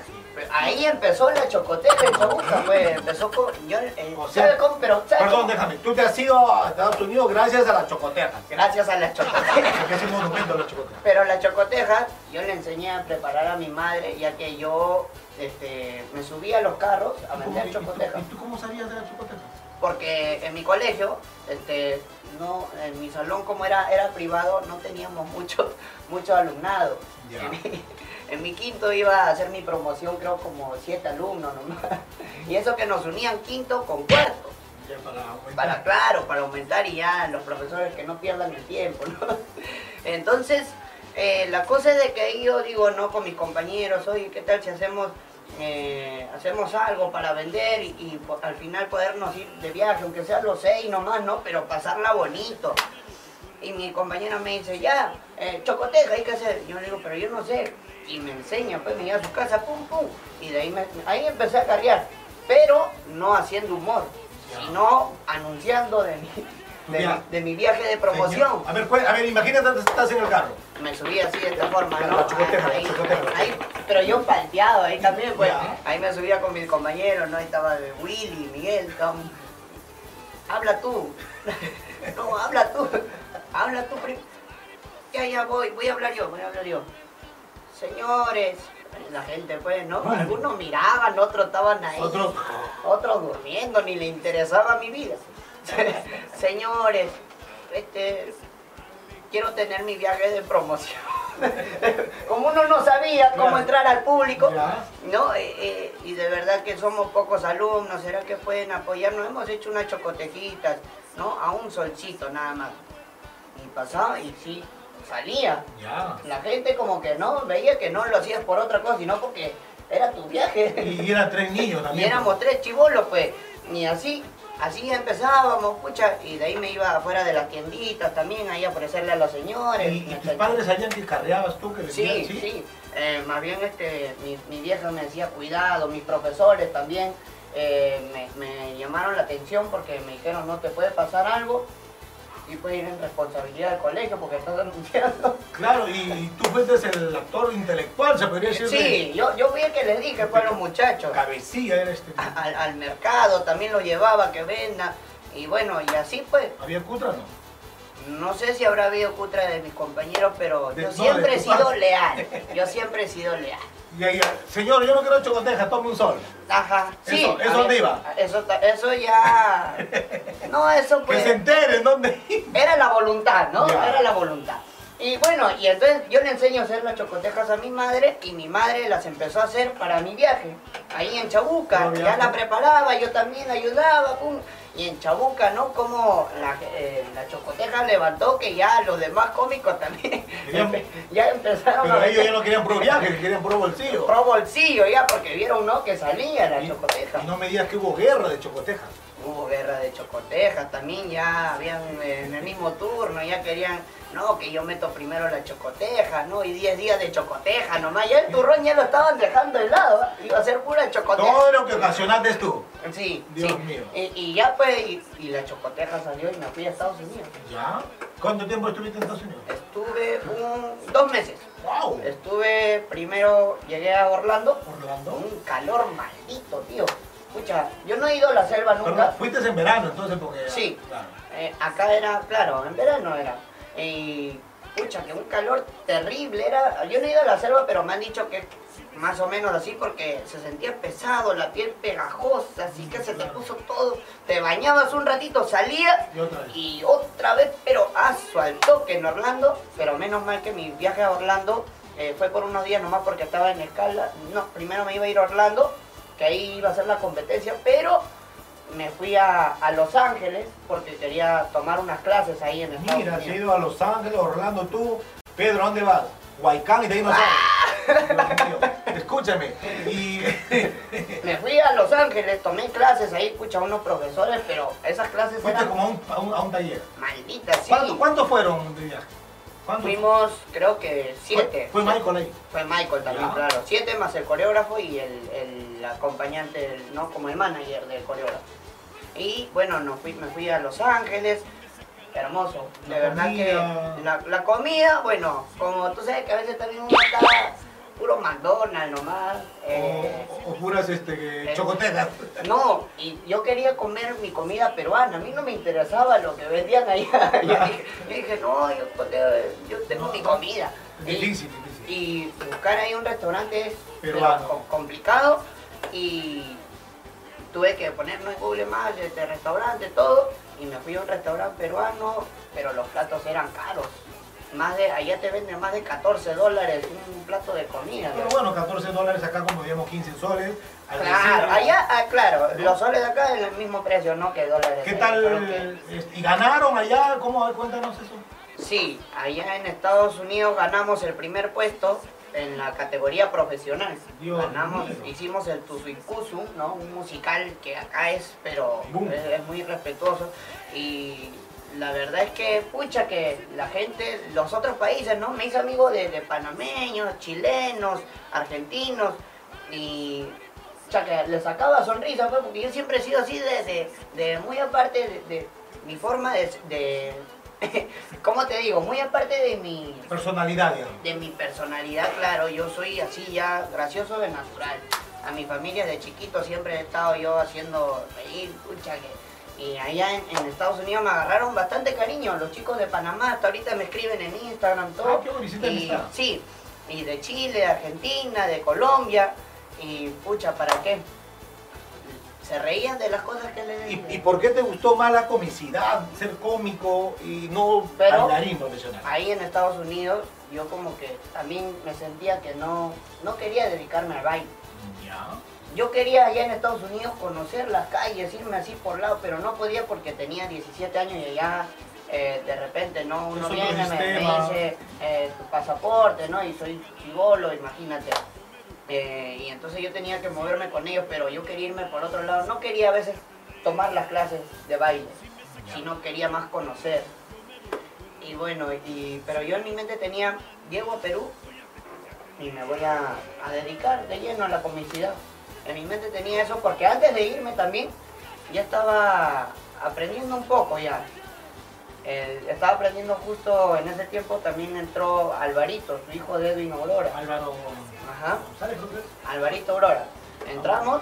[SPEAKER 1] Ahí empezó la chocoteja en Chabuca, pues. Empezó con. Yo, eh,
[SPEAKER 2] Ah. O sea,
[SPEAKER 1] ¿sabe cómo? Pero, ¿sabe
[SPEAKER 2] Perdón,
[SPEAKER 1] cómo?
[SPEAKER 2] déjame. Tú te has ido a Estados Unidos gracias a las chocotejas.
[SPEAKER 1] Gracias a la chocoteja.
[SPEAKER 2] Porque es un monumento a las chocotejas.
[SPEAKER 1] Pero la chocoteja yo le enseñé a preparar a mi madre, ya que yo este, me subía a los carros a vender
[SPEAKER 2] ¿Y tú-
[SPEAKER 1] chocoteja.
[SPEAKER 2] ¿Y tú cómo sabías de las chocotejas?
[SPEAKER 1] Porque en mi colegio, este, no, en mi salón como era, era privado, no teníamos mucho, mucho alumnado.
[SPEAKER 2] Ya.
[SPEAKER 1] En, mi, en mi quinto iba a hacer mi promoción, creo como siete alumnos nomás. Y eso que nos unían quinto con cuarto.
[SPEAKER 2] Ya para aumentar.
[SPEAKER 1] Para, claro, para aumentar y ya los profesores que no pierdan el tiempo, ¿no? Entonces, eh, la cosa es de que ahí yo digo, no, con mis compañeros, oye, ¿qué tal si hacemos, eh, hacemos algo para vender y, y po- al final podernos ir de viaje, aunque sea los seis nomás, ¿no? Pero pasarla bonito. Y mi compañero me dice, ya, eh, chocoteca, hay que hacer. Yo le digo, pero yo no sé. Y me enseña, pues me lleva a su casa, pum, pum. Y de ahí, me- ahí empecé a carrear. Pero no haciendo humor, sino anunciando de mi, de,
[SPEAKER 2] Ya.
[SPEAKER 1] mi- de mi viaje de promoción.
[SPEAKER 2] A ver, cué- a ver, imagínate que estás en el carro.
[SPEAKER 1] Me subí así de esta forma,
[SPEAKER 2] La
[SPEAKER 1] ¿no?
[SPEAKER 2] chocoteja, la
[SPEAKER 1] Ahí-
[SPEAKER 2] chocoteja.
[SPEAKER 1] ahí- pero yo palteado ahí también, pues.
[SPEAKER 2] Ya.
[SPEAKER 1] Ahí me subía con mis compañeros, ¿no? Ahí estaba de Willy, Miguel, estábamos, Habla tú. no, habla tú. habla tú primero. Ya, ya voy, voy a hablar yo, voy a hablar yo. Señores, la gente pues, ¿no? Algunos miraban, otros estaban ahí.
[SPEAKER 2] Otros-
[SPEAKER 1] Otros durmiendo, ni le interesaba mi vida. Señores, este, quiero tener mi viaje de promoción. Como uno no sabía cómo
[SPEAKER 2] Claro.
[SPEAKER 1] entrar al público,
[SPEAKER 2] Ya.
[SPEAKER 1] ¿no? Eh, eh, y de verdad que somos pocos alumnos, ¿será que pueden apoyarnos? Hemos hecho unas chocotejitas, ¿no? A un solcito nada más. Y pasaba y sí, salía.
[SPEAKER 2] Ya.
[SPEAKER 1] La gente como que no, veía que no lo hacías por otra cosa, sino porque era tu viaje.
[SPEAKER 2] Y eran tres niños
[SPEAKER 1] Y
[SPEAKER 2] también.
[SPEAKER 1] éramos tres chivolos, pues. Y así, así empezábamos, pucha. Y de ahí me iba afuera de las tienditas también, ahí a ofrecerle a los
[SPEAKER 2] ¿Y,
[SPEAKER 1] señores.
[SPEAKER 2] y
[SPEAKER 1] ¿me
[SPEAKER 2] tus
[SPEAKER 1] cachai?
[SPEAKER 2] padres sabían que carreabas tú, que
[SPEAKER 1] Sí,
[SPEAKER 2] vendías?
[SPEAKER 1] sí. Eh, más bien este, mi, mi vieja me decía cuidado, mis profesores también eh, me, me llamaron la atención porque me dijeron no te puede pasar algo y puede ir en responsabilidad del colegio porque estás anunciando.
[SPEAKER 2] Claro, y, y tú fuiste el actor intelectual, se podría decir.
[SPEAKER 1] Sí, yo, yo fui el que les dije fue a los muchachos.
[SPEAKER 2] Cabecilla era este.
[SPEAKER 1] A- Al, al mercado también lo llevaba que venda. Y bueno, y así pues,
[SPEAKER 2] ¿Había cutra no?
[SPEAKER 1] no sé si habrá habido cutra de mis compañeros, pero
[SPEAKER 2] De-
[SPEAKER 1] yo
[SPEAKER 2] no,
[SPEAKER 1] siempre
[SPEAKER 2] de
[SPEAKER 1] he
[SPEAKER 2] tu
[SPEAKER 1] sido
[SPEAKER 2] parte.
[SPEAKER 1] leal. Yo siempre he sido leal.
[SPEAKER 2] Y ahí, señor, yo no quiero chocoteja, tome un sol.
[SPEAKER 1] Ajá, sí.
[SPEAKER 2] Eso- eso
[SPEAKER 1] a ver,
[SPEAKER 2] dónde iba?
[SPEAKER 1] Eso, ta- eso ya... No, eso
[SPEAKER 2] Que se
[SPEAKER 1] pues...
[SPEAKER 2] enteren dónde.
[SPEAKER 1] Era la voluntad, ¿no?
[SPEAKER 2] Ya.
[SPEAKER 1] Era la voluntad. Y bueno, y entonces yo le enseño a hacer las chocotejas a mi madre y mi madre las empezó a hacer para mi viaje. Ahí en Chabuca,
[SPEAKER 2] Ah,
[SPEAKER 1] ya
[SPEAKER 2] viaje.
[SPEAKER 1] la preparaba, yo también ayudaba, pum. Y en Chabuca, ¿no? Como la, eh, la chocoteja levantó que ya los demás cómicos también
[SPEAKER 2] Ya-
[SPEAKER 1] ya empezaron
[SPEAKER 2] Pero
[SPEAKER 1] a...
[SPEAKER 2] ellos ya no querían pro viaje, querían pro bolsillo.
[SPEAKER 1] Pro bolsillo ya, porque vieron, ¿no? Que salía la
[SPEAKER 2] Y-
[SPEAKER 1] chocoteja.
[SPEAKER 2] Y no me digas que hubo guerra de chocoteja.
[SPEAKER 1] Hubo guerra de chocotejas también, ya habían eh, en el mismo turno, ya querían, no, que yo meto primero la chocoteja, no, y 10 días de chocoteja nomás, ya el turrón ya lo estaban dejando de lado, ¿eh? iba a ser pura chocoteja.
[SPEAKER 2] Todo lo que ocasionaste tú.
[SPEAKER 1] Sí,
[SPEAKER 2] Dios
[SPEAKER 1] sí.
[SPEAKER 2] mío.
[SPEAKER 1] Y, y ya pues, y, y la chocoteja salió y me fui a Estados Unidos.
[SPEAKER 2] ¿Ya? ¿Cuánto tiempo estuviste en Estados Unidos?
[SPEAKER 1] Estuve un, dos meses.
[SPEAKER 2] ¡Wow!
[SPEAKER 1] Estuve, primero llegué a Orlando,
[SPEAKER 2] Orlando.
[SPEAKER 1] un calor maldito, tío. Escucha, yo no he ido a la selva nunca.
[SPEAKER 2] Pero fuiste en verano entonces porque.
[SPEAKER 1] Sí.
[SPEAKER 2] Claro.
[SPEAKER 1] Eh, acá era, claro, en verano era. Y, pucha, que un calor terrible era. Yo no he ido a la selva, pero me han dicho que más o menos así porque se sentía pesado, la piel pegajosa, así que se te puso todo. Te bañabas un ratito, salías
[SPEAKER 2] Y otra vez.
[SPEAKER 1] y otra vez, pero aso al toque en Orlando. Pero menos mal que mi viaje a Orlando eh, fue por unos días nomás porque estaba en escala. No, primero me iba a ir a Orlando, que ahí iba a ser la competencia, pero me fui a, a Los Ángeles porque quería tomar unas clases ahí en Estados
[SPEAKER 2] Mira, has
[SPEAKER 1] Unidos.
[SPEAKER 2] ido a Los Ángeles, Orlando, tú. Pedro, ¿dónde vas? Huaycán y de ahí no sabes. Dios mío.
[SPEAKER 1] Ah.
[SPEAKER 2] Escúchame. Y.
[SPEAKER 1] Me fui a Los Ángeles, tomé clases ahí, escucha, unos profesores, pero esas clases
[SPEAKER 2] Fuiste
[SPEAKER 1] eran
[SPEAKER 2] como a un, a un- a un taller.
[SPEAKER 1] malditas, sí.
[SPEAKER 2] ¿Cuánto- ¿Cuántos fueron de viaje? ¿Cuántos?
[SPEAKER 1] Fuimos, creo que siete.
[SPEAKER 2] Fue, fue Michael ahí.
[SPEAKER 1] Fue Michael también,
[SPEAKER 2] Ya.
[SPEAKER 1] claro. Siete más el coreógrafo y el, el acompañante, el- ¿no? Como el manager del coreógrafo. Y bueno, nos fui, me fui a Los Ángeles. Hermoso. De
[SPEAKER 2] La
[SPEAKER 1] verdad
[SPEAKER 2] comida.
[SPEAKER 1] que la, la comida, bueno, como tú sabes que a veces también uno está puro McDonald's nomás. eh,
[SPEAKER 2] O, o puras este, chocotejas.
[SPEAKER 1] no, y yo quería comer mi comida peruana, a mí no me interesaba lo que vendían allá. Yo dije, yo dije, no, yo, yo tengo mi comida. Y-
[SPEAKER 2] Difícil, difícil.
[SPEAKER 1] y buscar ahí un restaurante es
[SPEAKER 2] Peruano.
[SPEAKER 1] pero co- complicado y tuve que ponernos en Google Maps este restaurante, todo, y me fui a un restaurante peruano, pero los platos eran caros. Más de, allá te venden más de 14 dólares un plato de comida.
[SPEAKER 2] Pero
[SPEAKER 1] ¿no?
[SPEAKER 2] bueno, 14 dólares acá como digamos 15 soles. al
[SPEAKER 1] Claro,
[SPEAKER 2] decir,
[SPEAKER 1] allá, ah, claro, los soles de acá es el mismo precio, ¿no? Que dólares.
[SPEAKER 2] ¿Qué
[SPEAKER 1] ahí,
[SPEAKER 2] tal?
[SPEAKER 1] creo que-
[SPEAKER 2] este, ¿Y ganaron allá? ¿Cómo? A ver, Cuéntanos eso.
[SPEAKER 1] Sí, allá en Estados Unidos ganamos el primer puesto en la categoría profesional.
[SPEAKER 2] Dios
[SPEAKER 1] ganamos,
[SPEAKER 2] mío.
[SPEAKER 1] hicimos el Tusuikusu, ¿no? Un musical que acá es, pero
[SPEAKER 2] Boom.
[SPEAKER 1] es, es muy respetuoso. Y la verdad es que, pucha, que la gente, los otros países, ¿no? Me hice amigo de, de panameños, chilenos, argentinos y o sea, que le sacaba sonrisa, pues, porque yo siempre he sido así desde, de muy aparte de, de mi forma de, de- ¿cómo te digo? Muy aparte de mi,
[SPEAKER 2] Personalidad, digamos.
[SPEAKER 1] de mi personalidad, claro, yo soy así ya gracioso de natural. A mi familia de chiquito siempre he estado yo haciendo reír, pucha que... Y allá en, en Estados Unidos me agarraron bastante cariño, los chicos de Panamá hasta ahorita me escriben en Instagram, todo.
[SPEAKER 2] Ah, qué bonita
[SPEAKER 1] y,
[SPEAKER 2] amistad.
[SPEAKER 1] Sí, y de Chile, de Argentina, de Colombia, y pucha, ¿para qué? Se reían de las cosas que les...
[SPEAKER 2] ¿Y, y por qué te gustó más la comicidad, ser cómico y no
[SPEAKER 1] Pero-
[SPEAKER 2] bailarín profesional?
[SPEAKER 1] ahí en Estados Unidos yo como que también me sentía que no, no quería dedicarme al baile.
[SPEAKER 2] Ya.
[SPEAKER 1] Yo quería allá en Estados Unidos conocer las calles, irme así por lado, pero no podía porque tenía 17 años y allá eh, de repente, ¿no? Uno
[SPEAKER 2] otro
[SPEAKER 1] viene, me- me,
[SPEAKER 2] sistema.
[SPEAKER 1] dice eh, tu pasaporte, ¿no? Y soy chivolo, imagínate. Eh, y entonces yo tenía que moverme con ellos, pero yo quería irme por otro lado. No quería a veces tomar las clases de baile, sino quería más conocer. Y bueno, y, pero yo en mi mente tenía, llego a Perú y me voy a, a dedicar de lleno a la comicidad. En mi mente tenía eso porque antes de irme también ya estaba aprendiendo un poco ya. Eh, estaba aprendiendo justo en ese tiempo también entró Alvarito, su hijo de Edwin Aurora.
[SPEAKER 2] Álvaro.
[SPEAKER 1] Ajá. Alvarito Aurora. Entramos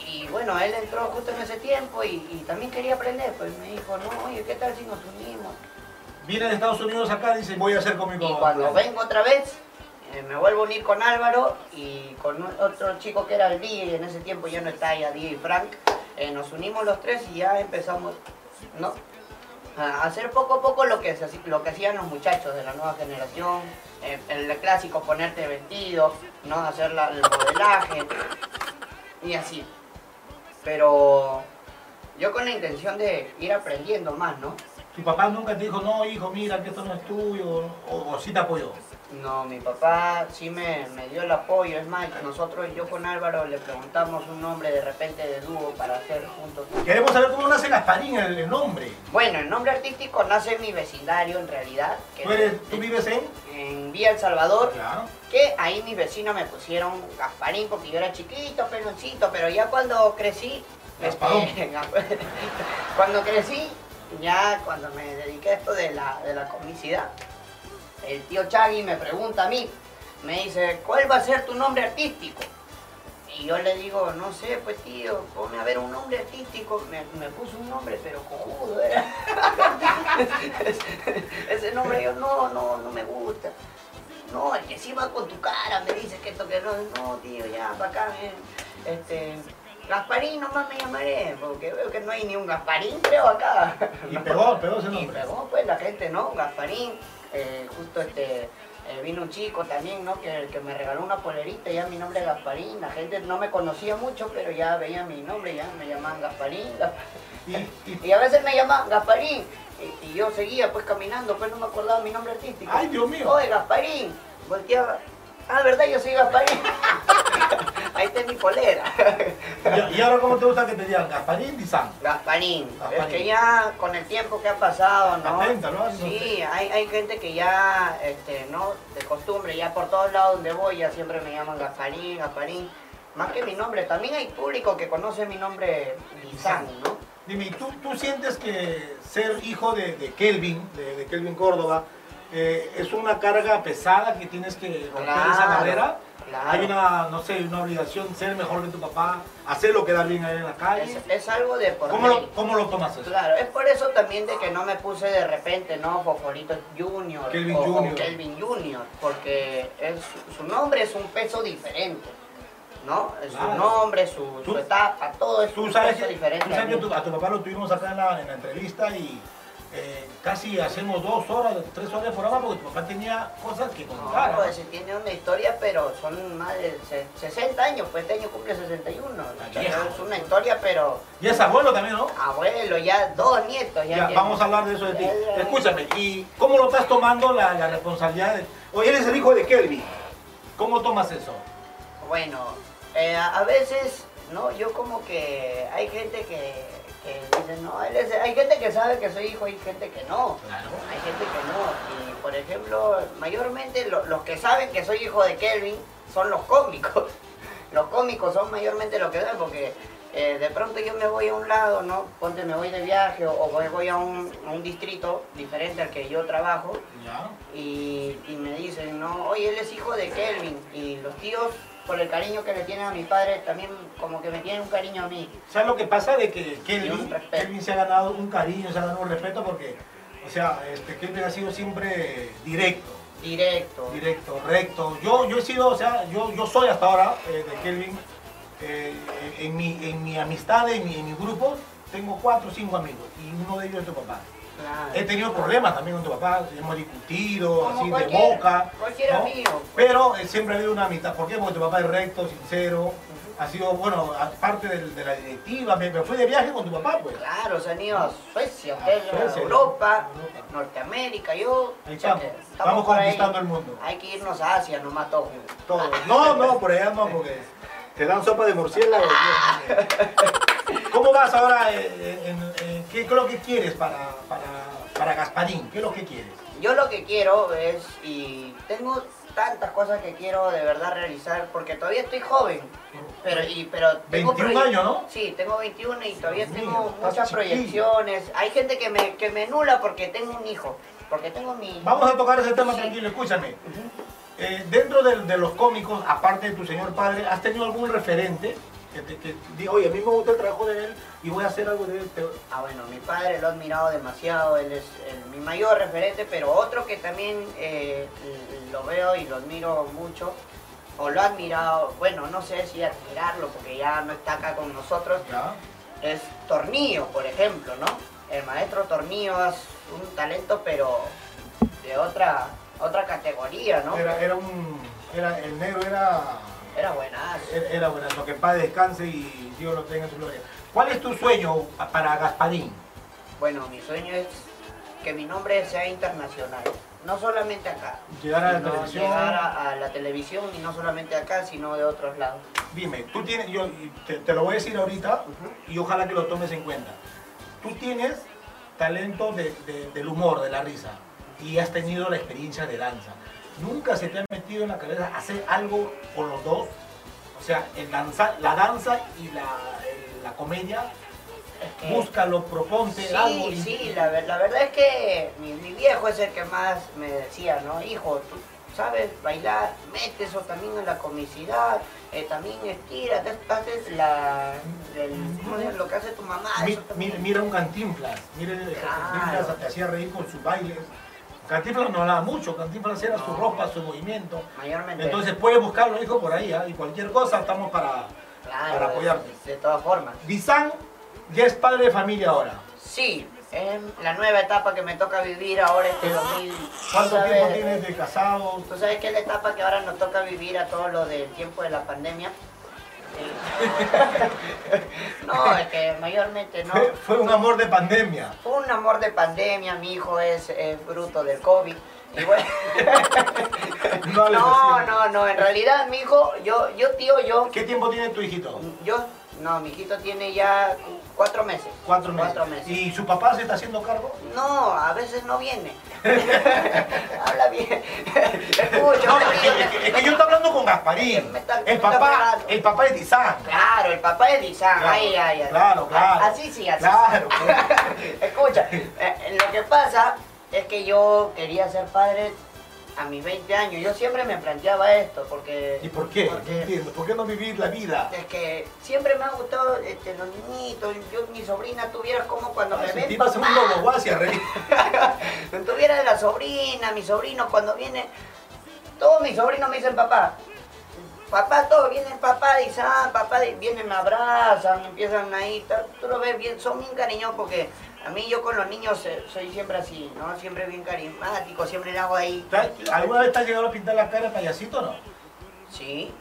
[SPEAKER 1] y bueno, él entró justo en ese tiempo y, y también quería aprender, pues me dijo, no, oye, ¿qué tal si nos unimos?
[SPEAKER 2] Viene de Estados Unidos acá, dice, voy a hacer conmigo.
[SPEAKER 1] Y cuando vengo otra vez, eh, me vuelvo a unir con Álvaro y con un- otro chico que era el DJ, en ese tiempo ya no está ya DJ Frank. Eh, nos unimos los tres y ya empezamos, ¿no? A hacer poco a poco lo que, se haci- lo que hacían los muchachos de la nueva generación, eh, el clásico ponerte vestido, ¿no? Hacer la- el modelaje y así. Pero yo con la intención de ir aprendiendo más, ¿no?
[SPEAKER 2] Tu papá nunca te dijo, no, hijo, mira, que esto no es tuyo, o, o sí te apoyó.
[SPEAKER 1] No, mi papá sí me, me dio el apoyo. Es más, nosotros, yo con Álvaro, le preguntamos un nombre de repente de dúo para hacer juntos.
[SPEAKER 2] Queremos saber cómo nace Gasparín, el, el nombre.
[SPEAKER 1] Bueno, el nombre artístico nace en mi vecindario, en realidad, que
[SPEAKER 2] Tú, eres, tú vives en...
[SPEAKER 1] en Villa El Salvador,
[SPEAKER 2] Claro.
[SPEAKER 1] que ahí mis vecinos me pusieron Gasparín porque yo era chiquito, peloncito, pero ya cuando crecí...
[SPEAKER 2] Gasparón.
[SPEAKER 1] este, Gasp- cuando crecí, ya cuando me dediqué a esto de la, de la comicidad, el tío Chagui me pregunta a mí, me dice, ¿cuál va a ser tu nombre artístico? Y yo le digo, no sé, pues tío, ponme a ver un nombre artístico. Me, me puso un nombre, pero cojudo era. Ese nombre yo, no, no, no me gusta. No, el que sí va con tu cara, me dice que esto que no. No, tío, ya, bacán. eh. Este, Gasparín nomás me llamaré, porque veo que no hay ni un Gasparín, creo, acá.
[SPEAKER 2] Y pegó, pegó ese
[SPEAKER 1] Y
[SPEAKER 2] nombre.
[SPEAKER 1] pegó, pues la gente, ¿no? Gasparín, eh, justo este, eh, vino un chico también, ¿no? Que, que me regaló una polerita, ya mi nombre es Gasparín, la gente no me conocía mucho, pero ya veía mi nombre, ya me llamaban Gasparín, Gasp-
[SPEAKER 2] Y, y-
[SPEAKER 1] y a veces me llamaban Gasparín, y, y yo seguía pues caminando, pues no me acordaba mi nombre artístico.
[SPEAKER 2] Ay, Dios mío.
[SPEAKER 1] Oye, Gasparín, volteaba, ah, ¿verdad? Yo soy Gasparín. Ahí está mi polera.
[SPEAKER 2] y- y ahora cómo te gusta que te digan Gasparín Dizán.
[SPEAKER 1] Gasparín.
[SPEAKER 2] Gasparín.
[SPEAKER 1] Es que ya con el tiempo que ha pasado, ¿no?
[SPEAKER 2] Atenta, ¿no?
[SPEAKER 1] Sí, hay, hay gente que ya, este, ¿no? De costumbre, ya por todos lados donde voy, ya siempre me llaman Gasparín, Gasparín. Más que mi nombre, también hay público que conoce mi nombre Lizán, ¿no?
[SPEAKER 2] Dime, ¿y ¿tú, tú sientes que ser hijo de, de Kelvin, de, de Kelvin Córdoba, eh, es una carga pesada que tienes que romper esa
[SPEAKER 1] Claro,
[SPEAKER 2] barrera?
[SPEAKER 1] claro.
[SPEAKER 2] Hay una, no sé, una obligación, ser mejor que tu papá, hacer lo que da bien ahí en la
[SPEAKER 1] Es,
[SPEAKER 2] calle.
[SPEAKER 1] es algo de por
[SPEAKER 2] ¿Cómo lo,
[SPEAKER 1] ley.
[SPEAKER 2] cómo lo tomas eso?
[SPEAKER 1] Claro, es por eso también de que no me puse de repente, ¿no? Fosforito Junior
[SPEAKER 2] Kelvin
[SPEAKER 1] o, o
[SPEAKER 2] Junior.
[SPEAKER 1] Kelvin Junior, porque es, su nombre es un peso diferente, ¿no? Es
[SPEAKER 2] Claro.
[SPEAKER 1] Su nombre, su,
[SPEAKER 2] Tú-
[SPEAKER 1] su etapa, todo es
[SPEAKER 2] Tú
[SPEAKER 1] un
[SPEAKER 2] sabes,
[SPEAKER 1] peso
[SPEAKER 2] que,
[SPEAKER 1] diferente.
[SPEAKER 2] tú sabes
[SPEAKER 1] a
[SPEAKER 2] que
[SPEAKER 1] mí.
[SPEAKER 2] tu- a tu papá lo tuvimos acá en la, en la entrevista y eh, casi hacemos dos horas, tres horas de programa porque tu papá tenía cosas que contar.
[SPEAKER 1] No, pues, se tiene una historia, pero son más de se- 60 años, pues este año cumple 61.
[SPEAKER 2] La vieja.
[SPEAKER 1] Es una historia, pero
[SPEAKER 2] Y es abuelo también, ¿no?
[SPEAKER 1] abuelo, ya dos nietos. Ya,
[SPEAKER 2] Ya,
[SPEAKER 1] tiene.
[SPEAKER 2] vamos a hablar de eso de ti.
[SPEAKER 1] Ya, ya, ya.
[SPEAKER 2] Escúchame, ¿y cómo lo estás tomando la, la responsabilidad? de-
[SPEAKER 4] Oye, eres el hijo de Kelvin.
[SPEAKER 2] ¿Cómo tomas eso?
[SPEAKER 1] Bueno, eh, a a veces, ¿no? Yo como que hay gente que, que dice, no, él es- hay gente que sabe que soy hijo y gente que no.
[SPEAKER 2] Claro.
[SPEAKER 1] Hay gente que no. Y por ejemplo, mayormente lo- los que saben que soy hijo de Kelvin son los cómicos. Los cómicos son mayormente los que saben porque eh, de pronto yo me voy a un lado, ¿no? Ponte, me voy de viaje o, o voy, voy a un, a un distrito diferente al que yo trabajo
[SPEAKER 2] Ya.
[SPEAKER 1] y, y me dicen, no, oye, él es hijo de Kelvin. Y los tíos, por el cariño que le tienen a mi padre, también como que me tienen un cariño a mí.
[SPEAKER 2] ¿Sabes lo que pasa? De que
[SPEAKER 1] Y un
[SPEAKER 2] Kelvin,
[SPEAKER 1] respeto.
[SPEAKER 2] Kelvin se ha ganado un cariño, se ha ganado un respeto porque, o sea, este, Kelvin ha sido siempre directo,
[SPEAKER 1] Directo.
[SPEAKER 2] directo, recto. Yo, yo he sido, o sea, yo, yo soy hasta ahora eh, de Kelvin. eh, en, mi, en mi amistad, en mi, en mi grupo, tengo cuatro o cinco amigos y uno de ellos es tu papá.
[SPEAKER 1] Claro.
[SPEAKER 2] He tenido problemas también con tu papá, hemos discutido,
[SPEAKER 1] Como
[SPEAKER 2] así de
[SPEAKER 1] cualquier-
[SPEAKER 2] boca.
[SPEAKER 1] cualquier amigo. pues.
[SPEAKER 2] Pero eh, siempre ha habido una amistad. ¿Por qué? Porque tu papá es recto, sincero, ha sido, bueno, a- parte del- de la directiva. Me, me fui de viaje con tu papá, pues.
[SPEAKER 1] Claro, se han ido a Suecia,
[SPEAKER 2] A
[SPEAKER 1] ustedes, a
[SPEAKER 2] Suecia,
[SPEAKER 1] Europa,
[SPEAKER 2] Europa.
[SPEAKER 1] Norteamérica, yo.
[SPEAKER 2] Ahí estamos.
[SPEAKER 1] o sea, que
[SPEAKER 2] Vamos
[SPEAKER 1] por ahí.
[SPEAKER 2] conquistando el mundo.
[SPEAKER 1] Hay que irnos a Asia nomás todos. juntos.
[SPEAKER 2] Todo. No, no, por allá no, porque te dan sopa de murciélago. Dios mío. ¿Cómo vas ahora? eh, en- en- ¿Qué es lo que quieres para, para, para Gasparín? ¿Qué es lo que quieres?
[SPEAKER 1] Yo lo que quiero es, y tengo tantas cosas que quiero de verdad realizar, porque todavía estoy joven. Pero, y, pero tengo
[SPEAKER 2] 21
[SPEAKER 1] proye-
[SPEAKER 2] años, ¿no?
[SPEAKER 1] Sí, tengo 21 y todavía
[SPEAKER 2] Dios
[SPEAKER 1] tengo
[SPEAKER 2] mío, estás
[SPEAKER 1] muchas
[SPEAKER 2] chiquillo.
[SPEAKER 1] proyecciones. Hay gente que me, que me nula porque tengo un hijo, porque tengo mi...
[SPEAKER 2] Vamos a tocar ese tema tranquilo, escúchame. Eh, dentro del- de, los cómicos, aparte de tu señor padre, ¿has tenido algún referente que te que diga, oye, a mí me gusta el trabajo de él y voy a hacer algo de él? Te-
[SPEAKER 1] Ah, bueno, mi padre lo ha admirado demasiado, él es el- mi mayor referente, pero otro que también eh, lo veo y lo admiro mucho, o lo ha admirado, bueno, no sé si admirarlo porque ya no está acá con nosotros,
[SPEAKER 2] ¿Ya?
[SPEAKER 1] es Tornillo, por ejemplo, ¿no? El maestro Tornillo es un talento, pero de otra, otra categoría, ¿no?
[SPEAKER 2] Era, era un... Era, el negro era...
[SPEAKER 1] Era buena.
[SPEAKER 2] Era, era bueno, lo que en paz descanse y Dios lo tenga en su gloria. ¿Cuál es tu sueño pa- para Gasparín?
[SPEAKER 1] Bueno, mi sueño es que mi nombre sea internacional, no solamente acá.
[SPEAKER 2] Llegar a la
[SPEAKER 1] sino
[SPEAKER 2] televisión.
[SPEAKER 1] Llegar a, a la televisión y no solamente acá, sino de otros lados.
[SPEAKER 2] Dime, tú tienes, yo y te, te lo voy a decir ahorita y ojalá que lo tomes en cuenta. Tú tienes talento de- de- del humor, de la risa y has tenido la experiencia de danza. ¿Nunca se te ha metido en la cabeza hacer algo con los dos? O sea, el danza, la danza y la, el- la comedia,
[SPEAKER 1] Es que-
[SPEAKER 2] búscalo, proponte algo.
[SPEAKER 1] Sí,
[SPEAKER 2] y-
[SPEAKER 1] sí, la, ver- la verdad es que mi, mi viejo es el que más me decía, ¿no? Hijo, tú sabes bailar, mete eso también en la comicidad, eh, también estira, haces la, el- ¿cómo se llama? lo que hace tu mamá.
[SPEAKER 2] Mi-
[SPEAKER 1] eso
[SPEAKER 2] mi-
[SPEAKER 1] también.
[SPEAKER 2] mira un Cantinflas, mira el
[SPEAKER 1] Claro.
[SPEAKER 2] Cantinflas te hacía reír con sus bailes. Cantinflas no hablaba mucho, Cantinflas era su
[SPEAKER 1] No.
[SPEAKER 2] ropa, su movimiento.
[SPEAKER 1] Mayormente.
[SPEAKER 2] Entonces puedes buscarlo, hijo, por ahí, ¿ah? y cualquier cosa estamos para,
[SPEAKER 1] Claro,
[SPEAKER 2] para apoyarte.
[SPEAKER 1] De todas formas.
[SPEAKER 2] Dizan ya es padre de familia ahora.
[SPEAKER 1] Sí, es la nueva etapa que me toca vivir ahora este 2000.
[SPEAKER 2] ¿Cuánto
[SPEAKER 1] ¿Sabes?
[SPEAKER 2] tiempo tienes de casado?
[SPEAKER 1] Tú sabes que es la etapa que ahora nos toca vivir a todos los del tiempo de la pandemia. Eh, no, es que mayormente no.
[SPEAKER 2] Fue, fue un amor de pandemia.
[SPEAKER 1] Fue un amor de pandemia, mi hijo es, es bruto del COVID. Y bueno-
[SPEAKER 2] No hables
[SPEAKER 1] no,
[SPEAKER 2] así.
[SPEAKER 1] no, no, en realidad mi hijo, yo, yo tío, yo,
[SPEAKER 2] ¿Qué tiempo tiene tu hijito?
[SPEAKER 1] yo, no, mi hijito tiene ya cu- cuatro meses.
[SPEAKER 2] Cuatro meses. ¿Y su papá se está haciendo cargo?
[SPEAKER 1] No, a veces no viene. Habla bien. Escucha,
[SPEAKER 2] No,
[SPEAKER 1] me
[SPEAKER 2] es que,
[SPEAKER 1] viene.
[SPEAKER 2] es que- es que yo estoy hablando con
[SPEAKER 1] Es que
[SPEAKER 2] Gasparín.
[SPEAKER 1] me está- me
[SPEAKER 2] El
[SPEAKER 1] está
[SPEAKER 2] papá,
[SPEAKER 1] pegando.
[SPEAKER 2] el papá es Dizan.
[SPEAKER 1] Claro, el papá es Lizán.
[SPEAKER 2] Claro,
[SPEAKER 1] ay, ay, ay.
[SPEAKER 2] claro, claro.
[SPEAKER 1] Así sí, así.
[SPEAKER 2] Claro, claro.
[SPEAKER 1] Escucha, eh, lo que pasa es que yo quería ser padre a mis 20 años. Yo siempre me planteaba esto porque...
[SPEAKER 2] ¿Y por qué? No
[SPEAKER 1] porque-
[SPEAKER 2] entiendo. ¿Por qué no vivir la vida?
[SPEAKER 1] es que siempre me ha gustado este, los niñitos. Yo, mi sobrina, tuviera como cuando me
[SPEAKER 2] Ay,
[SPEAKER 1] ven.
[SPEAKER 2] Si te ibas a un lobo hacia reír.
[SPEAKER 1] tuviera la sobrina, mi sobrino, cuando viene, todos mis sobrinos me dicen papá. Papá, todos vienen papá, dicen, ah, papá, di- vienen, me abrazan, empiezan ahí, ta- tú lo ves bien, son bien cariñosos porque a mí yo con los niños eh, soy siempre así, ¿no? Siempre bien carismático, siempre le hago ahí,
[SPEAKER 2] ¿Alguna vez te has llegado a pintar la cara de payasito o no?
[SPEAKER 1] sí,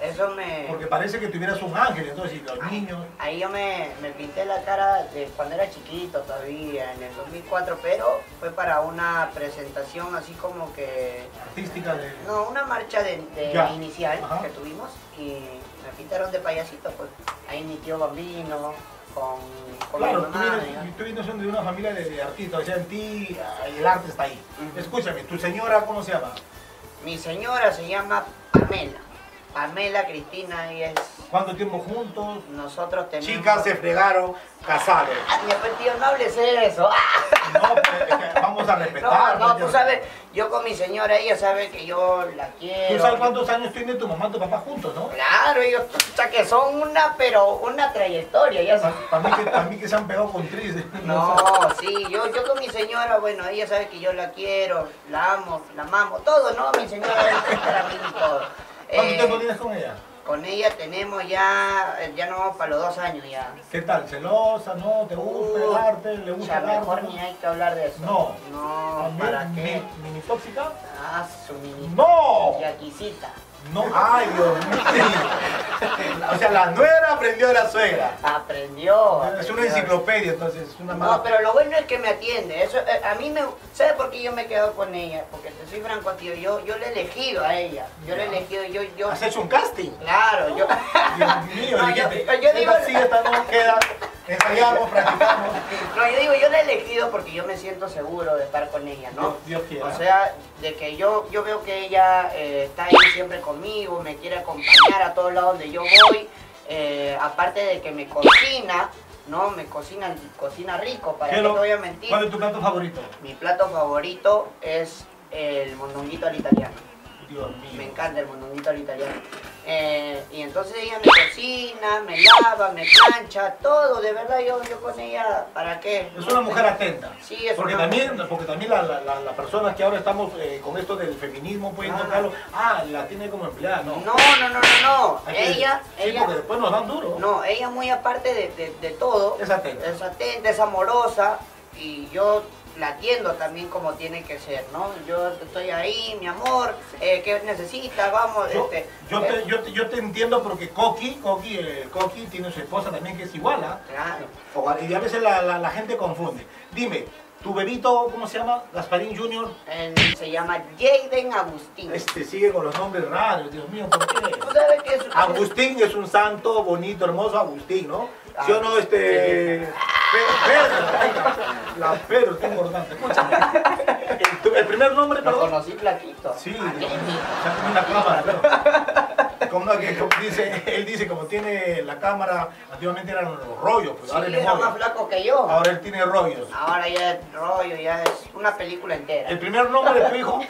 [SPEAKER 1] eso me...
[SPEAKER 2] Porque parece que tuvieras un ángel, entonces, y los niños.
[SPEAKER 1] Ahí yo me, me pinté la cara de cuando era chiquito todavía, en el 2004, pero fue para una presentación así como que
[SPEAKER 2] Artística de.
[SPEAKER 1] No, una marcha de, de
[SPEAKER 2] Ya.
[SPEAKER 1] inicial
[SPEAKER 2] Ajá.
[SPEAKER 1] que tuvimos y me pintaron de payasito, pues. Ahí mi tío Bambino, con, con
[SPEAKER 2] Claro,
[SPEAKER 1] mi
[SPEAKER 2] tú
[SPEAKER 1] mamá.
[SPEAKER 2] vienes, tú vienes de una familia de, de artistas, o sea, en ti ah, el arte está ahí.
[SPEAKER 1] Ujú.
[SPEAKER 2] Escúchame, ¿tu señora cómo se llama?
[SPEAKER 1] ¿no? Mi señora se llama Pamela. Pamela Cristina y es...
[SPEAKER 2] ¿Cuánto tiempo juntos?
[SPEAKER 1] Nosotros tenemos...
[SPEAKER 4] Chicas se fregaron, casados.
[SPEAKER 1] Ah, mi pues, tío, no hables eso. Ah,
[SPEAKER 2] No, pues, vamos a respetar.
[SPEAKER 1] no, no,
[SPEAKER 2] pues,
[SPEAKER 1] tú
[SPEAKER 2] ya.
[SPEAKER 1] sabes, yo con mi señora, ella sabe que yo la quiero.
[SPEAKER 2] ¿Tú sabes cuántos años tiene tu mamá y tu papá juntos, no?
[SPEAKER 1] Claro, ellos, o sea, que son una, pero una trayectoria, ya sabes.
[SPEAKER 2] Para mí, que, pa' mí que se han pegado con tris.
[SPEAKER 1] No, sí, yo, yo con mi señora, bueno, ella sabe que yo la quiero, la amo, la amamos, todo, ¿no? Mi señora es para mí y todo.
[SPEAKER 2] ¿Cuánto
[SPEAKER 1] Eh,
[SPEAKER 2] tiempo tienes con ella?
[SPEAKER 1] con ella tenemos ya, eh, ya no vamos para los dos años ya.
[SPEAKER 2] ¿Qué tal? ¿Celosa? ¿No? ¿Te gusta el
[SPEAKER 1] Uh,
[SPEAKER 2] arte? ¿Le
[SPEAKER 1] o
[SPEAKER 2] gusta
[SPEAKER 1] sea,
[SPEAKER 2] el arte?
[SPEAKER 1] mejor ni hay que hablar de eso.
[SPEAKER 2] No.
[SPEAKER 1] No,
[SPEAKER 2] ¿Mi-
[SPEAKER 1] ¿para qué?
[SPEAKER 2] mi- ¿Mini tóxica?
[SPEAKER 1] Ah, su mini.
[SPEAKER 2] ¡No!
[SPEAKER 1] Yaquisita.
[SPEAKER 2] No, ay, Dios mío. O sea, la nuera aprendió de la suegra.
[SPEAKER 1] Aprendió.
[SPEAKER 2] Es
[SPEAKER 1] aprendió.
[SPEAKER 2] una enciclopedia, entonces, es una
[SPEAKER 1] No,
[SPEAKER 2] mala.
[SPEAKER 1] pero lo bueno es que me atiende. Eso, eh, a mí me, ¿sabe por qué yo me quedo con ella? Porque te soy franco, tío. Yo, yo le he elegido a ella. Yo le he elegido. Yo, yo.
[SPEAKER 2] Has hecho un casting.
[SPEAKER 1] Claro, yo.
[SPEAKER 2] Dios mío,
[SPEAKER 1] No,
[SPEAKER 2] dijiste,
[SPEAKER 1] yo- yo digo-
[SPEAKER 2] esta sí, esta no queda. Ensayamos, practicamos.
[SPEAKER 1] No, yo digo, yo la he elegido porque yo me siento seguro de estar con ella, ¿no?
[SPEAKER 2] Dios- Dios quiera.
[SPEAKER 1] O sea, de que yo, yo veo que ella eh, está ahí siempre conmigo, me quiere acompañar a todos lados donde yo voy. eh, aparte de que me cocina, ¿no? Me cocina, cocina rico, para
[SPEAKER 2] ¿Qué
[SPEAKER 1] que
[SPEAKER 2] lo-
[SPEAKER 1] no te voy a mentir.
[SPEAKER 2] ¿Cuál es tu plato favorito?
[SPEAKER 1] Mi plato favorito es el mondonguito al italiano.
[SPEAKER 2] Dios
[SPEAKER 1] Me
[SPEAKER 2] mío.
[SPEAKER 1] encanta el mondonguito al italiano. Eh, y entonces ella me cocina, me lava, me plancha, todo. De verdad, yo, yo con ella, ¿para qué?
[SPEAKER 2] Es una mujer atenta.
[SPEAKER 1] Sí, es
[SPEAKER 2] porque
[SPEAKER 1] una
[SPEAKER 2] también, porque también las la, la- las personas que ahora estamos eh, con esto del feminismo pueden
[SPEAKER 1] Ah.
[SPEAKER 2] tocarlo. Ah, la tiene como empleada, no.
[SPEAKER 1] No, no, no, no, no.
[SPEAKER 2] Hay que-
[SPEAKER 1] Ella,
[SPEAKER 2] sí,
[SPEAKER 1] ella,
[SPEAKER 2] porque después nos dan duro.
[SPEAKER 1] no, ella muy aparte de, de- de todo.
[SPEAKER 2] Es atenta.
[SPEAKER 1] Es atenta, es amorosa. Y yo la atiendo también como tiene que ser, ¿no? Yo estoy ahí, mi amor, eh, ¿qué necesitas? Vamos,
[SPEAKER 2] Yo,
[SPEAKER 1] este.
[SPEAKER 2] yo,
[SPEAKER 1] eh,
[SPEAKER 2] te, yo, te, yo te entiendo porque Coqui, Coqui, eh, Coqui tiene su esposa también que es igual, ¿ah?
[SPEAKER 1] Claro.
[SPEAKER 2] Igual, Y a veces la, la- la gente confunde. Dime, tu bebito, ¿cómo se llama? Gasparín Junior.
[SPEAKER 1] Él Eh, se llama Jaden Agustín.
[SPEAKER 2] Este sigue con los nombres raros, Dios mío, ¿por qué?
[SPEAKER 1] ¿Tú sabes qué es?
[SPEAKER 2] Agustín es un santo bonito, hermoso Agustín, ¿no? ¿Sí o no,
[SPEAKER 1] Ah,
[SPEAKER 2] este. Pe- Pedro, la Pedro, qué importante, escúchame. El, tu- el primer nombre,
[SPEAKER 1] Lo
[SPEAKER 2] perdón.
[SPEAKER 1] conocí flaquito. Ah,
[SPEAKER 2] Sí,
[SPEAKER 1] A
[SPEAKER 2] Dios mío,
[SPEAKER 1] Jaden.
[SPEAKER 2] o sea, como una cámara, pero- Como una que como dice, él dice, como tiene la cámara, antiguamente eran los rollos, pues ahora
[SPEAKER 1] Sí,
[SPEAKER 2] él
[SPEAKER 1] era más flaco que yo.
[SPEAKER 2] Ahora él tiene rollos.
[SPEAKER 1] Ahora ya es rollo, ya es una película entera.
[SPEAKER 2] El primer nombre de tu hijo,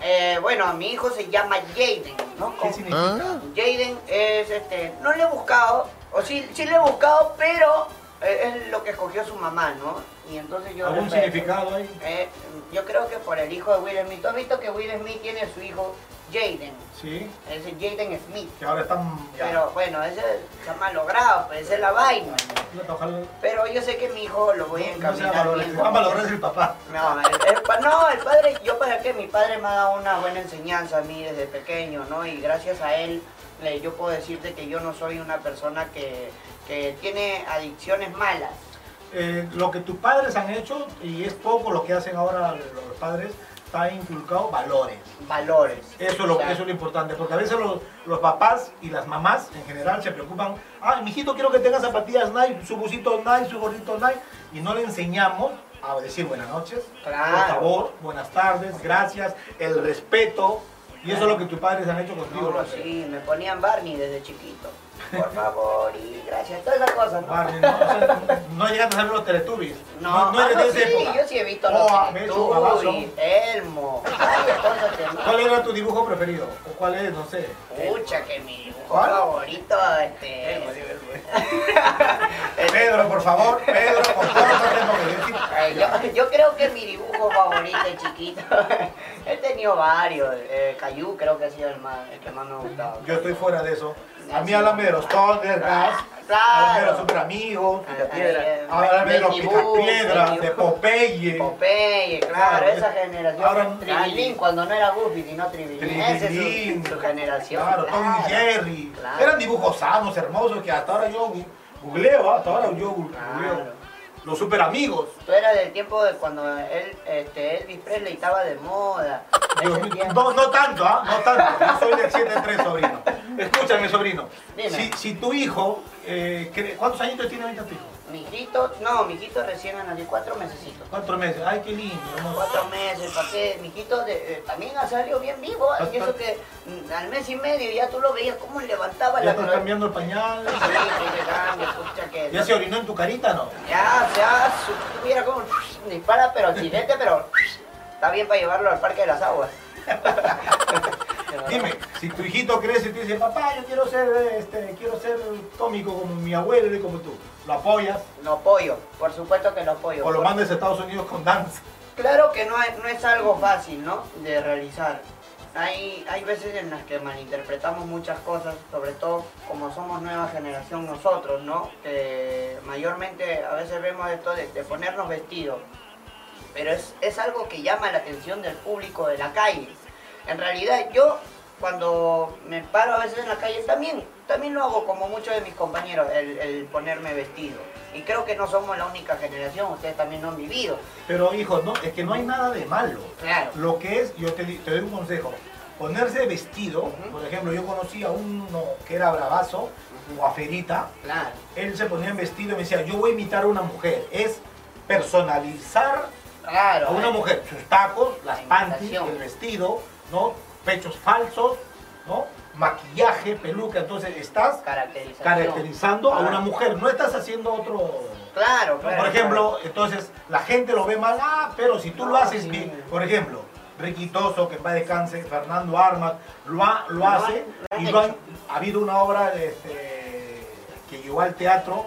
[SPEAKER 1] Eh, bueno, mi hijo se llama Jaden, ¿no?
[SPEAKER 2] ¿qué
[SPEAKER 1] Con-
[SPEAKER 2] significa?
[SPEAKER 1] Jaden es este. No le he buscado, o sí, sí le he buscado, pero eh, es lo que escogió su mamá, ¿no? Y entonces yo.
[SPEAKER 2] ¿Algún
[SPEAKER 1] respeto.
[SPEAKER 2] significado ahí?
[SPEAKER 1] Eh, yo creo que por el hijo de Will Smith. ¿Tú has visto que Will Smith tiene su hijo Jaden?
[SPEAKER 2] Sí,
[SPEAKER 1] Es Jaden Smith.
[SPEAKER 2] que ahora están. ya.
[SPEAKER 1] Pero bueno, ese se ha malogrado, pues esa es la vaina.
[SPEAKER 2] Ojalá-
[SPEAKER 1] Pero yo sé que mi hijo lo voy a
[SPEAKER 2] No se va a
[SPEAKER 1] encaminar.
[SPEAKER 2] valorar,
[SPEAKER 1] bien.
[SPEAKER 2] se va a valorar el papá.
[SPEAKER 1] No, el, el pa- no, el padre, yo para que mi padre me ha dado una buena enseñanza a mí desde pequeño, ¿no? Y gracias a él eh, yo puedo decirte que yo no soy una persona que, que tiene adicciones malas.
[SPEAKER 2] Eh, lo que tus padres han hecho, y es poco lo que hacen ahora los padres, está inculcado valores.
[SPEAKER 1] Valores.
[SPEAKER 2] Eso es, lo,
[SPEAKER 1] O sea,
[SPEAKER 2] eso es lo importante, porque a veces los, los papás y las mamás en general se preocupan, ah, mijito, quiero que tenga zapatillas Nike, su busito Nike, su gorrito Nike, y no le enseñamos a decir buenas noches, por
[SPEAKER 1] Claro.
[SPEAKER 2] favor, buenas tardes, gracias, el respeto, y eso es lo que tus padres han hecho contigo.
[SPEAKER 1] No,
[SPEAKER 2] Rafael.
[SPEAKER 1] sí, me ponían Barney desde chiquito. Por favor, y gracias, todas esas cosas, ¿no?
[SPEAKER 2] Barney, no, O sea, no llegaste a ver los Teletubbies.
[SPEAKER 1] No,
[SPEAKER 2] eres
[SPEAKER 1] ah,
[SPEAKER 2] de
[SPEAKER 1] no,
[SPEAKER 2] esa
[SPEAKER 1] sí,
[SPEAKER 2] época.
[SPEAKER 1] yo sí he visto
[SPEAKER 2] Oh,
[SPEAKER 1] los
[SPEAKER 2] a ver, su babazo.
[SPEAKER 1] Teletubbies, Elmo, varias cosas que no.
[SPEAKER 2] ¿Cuál era tu dibujo preferido? ¿O cuál es? No sé.
[SPEAKER 1] Pucha, que mi dibujo
[SPEAKER 2] ¿Cuál?
[SPEAKER 1] favorito, este... Este,
[SPEAKER 2] Eh, Pedro, por favor, Pedro, por favor,
[SPEAKER 1] Eh, yo, yo creo que mi dibujo favorito de chiquito. He tenido varios. Eh, Caillou creo que ha sido el, más, el que más me ha gustado.
[SPEAKER 2] Yo estoy fuera de eso. A mí háblame de los Thundercats, háblame de los super amigos, háblame de los picapiedras, de Popeye.
[SPEAKER 1] Popeye,
[SPEAKER 2] Claro,
[SPEAKER 1] claro, esa generación.
[SPEAKER 2] ahora-
[SPEAKER 1] Tribilín, cuando no era Goofy, sino Tribilín. Esa
[SPEAKER 2] Tribilín.
[SPEAKER 1] es su, su generación.
[SPEAKER 2] Claro, Tom y Jerry.
[SPEAKER 1] Claro.
[SPEAKER 2] Eran dibujos sanos, hermosos, que hasta ahora yo gu- googleo, hasta ahora yo gu- googleo.
[SPEAKER 1] Claro.
[SPEAKER 2] Los super amigos.
[SPEAKER 1] Tú eras del tiempo de cuando él, este, Elvis Presley estaba de moda.
[SPEAKER 2] Dios
[SPEAKER 1] Ese
[SPEAKER 2] mío,
[SPEAKER 1] tiempo.
[SPEAKER 2] No, no tanto, ¿ah? No tanto. Yo soy del 7-3, sobrino. Escúchame, sobrino.
[SPEAKER 1] Dime.
[SPEAKER 2] Si, si tu hijo, eh, cre- ¿cuántos añitos tiene ahorita tu hijo?
[SPEAKER 1] Mijito, no, mijito recién nació, cuatro mesecitos.
[SPEAKER 2] Cuatro meses. Ay, qué lindo, hermoso.
[SPEAKER 1] Cuatro meses, ¿para qué? Mijito de- eh, también ha salido bien vivo. ¿eh? Y eso que mm, al mes y medio ya tú lo veías cómo levantaba
[SPEAKER 2] Ya
[SPEAKER 1] la
[SPEAKER 2] estás
[SPEAKER 1] colo-
[SPEAKER 2] cambiando el pañal.
[SPEAKER 1] Sí, sí, le cambia, pucha, que-
[SPEAKER 2] Ya se orinó en tu carita, ¿no?
[SPEAKER 1] Ya, se ha su- mira cómo dispara, pero chilete, pero está bien para llevarlo al Parque de las Aguas.
[SPEAKER 2] Dime, si tu hijito crece y te dice, papá, yo quiero ser, este, quiero ser cómico como mi abuelo y como tú, ¿lo apoyas?
[SPEAKER 1] No pollo, por supuesto que no pollo.
[SPEAKER 2] ¿O lo
[SPEAKER 1] Por-
[SPEAKER 2] mandas a Estados Unidos con danza?
[SPEAKER 1] Claro que no es, no es algo fácil, ¿no? De realizar. Hay, hay veces en las que malinterpretamos muchas cosas, sobre todo como somos nueva generación nosotros, ¿no? Que mayormente a veces vemos esto de, de ponernos vestidos, pero es, es algo que llama la atención del público de la calle. En realidad yo cuando me paro a veces en la calle, también, también lo hago como muchos de mis compañeros, el, el ponerme vestido. Y creo que no somos la única generación, ustedes también lo han vivido.
[SPEAKER 2] Pero hijo, no, es que no hay nada de malo.
[SPEAKER 1] Claro.
[SPEAKER 2] Lo que es, yo te, di- te doy un consejo, ponerse vestido, por ejemplo, yo conocí a uno que era bravazo o a Ferita,
[SPEAKER 1] Claro.
[SPEAKER 2] él se ponía en vestido y me decía, yo voy a imitar a una mujer, es personalizar
[SPEAKER 1] Claro.
[SPEAKER 2] a una mujer, sus tacos, las
[SPEAKER 1] La
[SPEAKER 2] panties,
[SPEAKER 1] imitación.
[SPEAKER 2] el vestido, ¿no? Pechos falsos, ¿no? Maquillaje, peluca, entonces estás
[SPEAKER 1] Caracterización.
[SPEAKER 2] caracterizando a
[SPEAKER 1] Claro.
[SPEAKER 2] una mujer, no estás haciendo otro...
[SPEAKER 1] Claro,
[SPEAKER 2] ¿no?
[SPEAKER 1] claro.
[SPEAKER 2] Por ejemplo, entonces la gente lo ve mal, ah, pero si tú lo
[SPEAKER 1] Ah,
[SPEAKER 2] haces
[SPEAKER 1] sí.
[SPEAKER 2] bien, por ejemplo, Riquitoso, que va descanse, Fernando Armas, lo, ha- lo
[SPEAKER 1] Lo han-
[SPEAKER 2] hace
[SPEAKER 1] lo han
[SPEAKER 2] y lo han-
[SPEAKER 1] hecho.
[SPEAKER 2] ha habido una obra este, que llegó al teatro,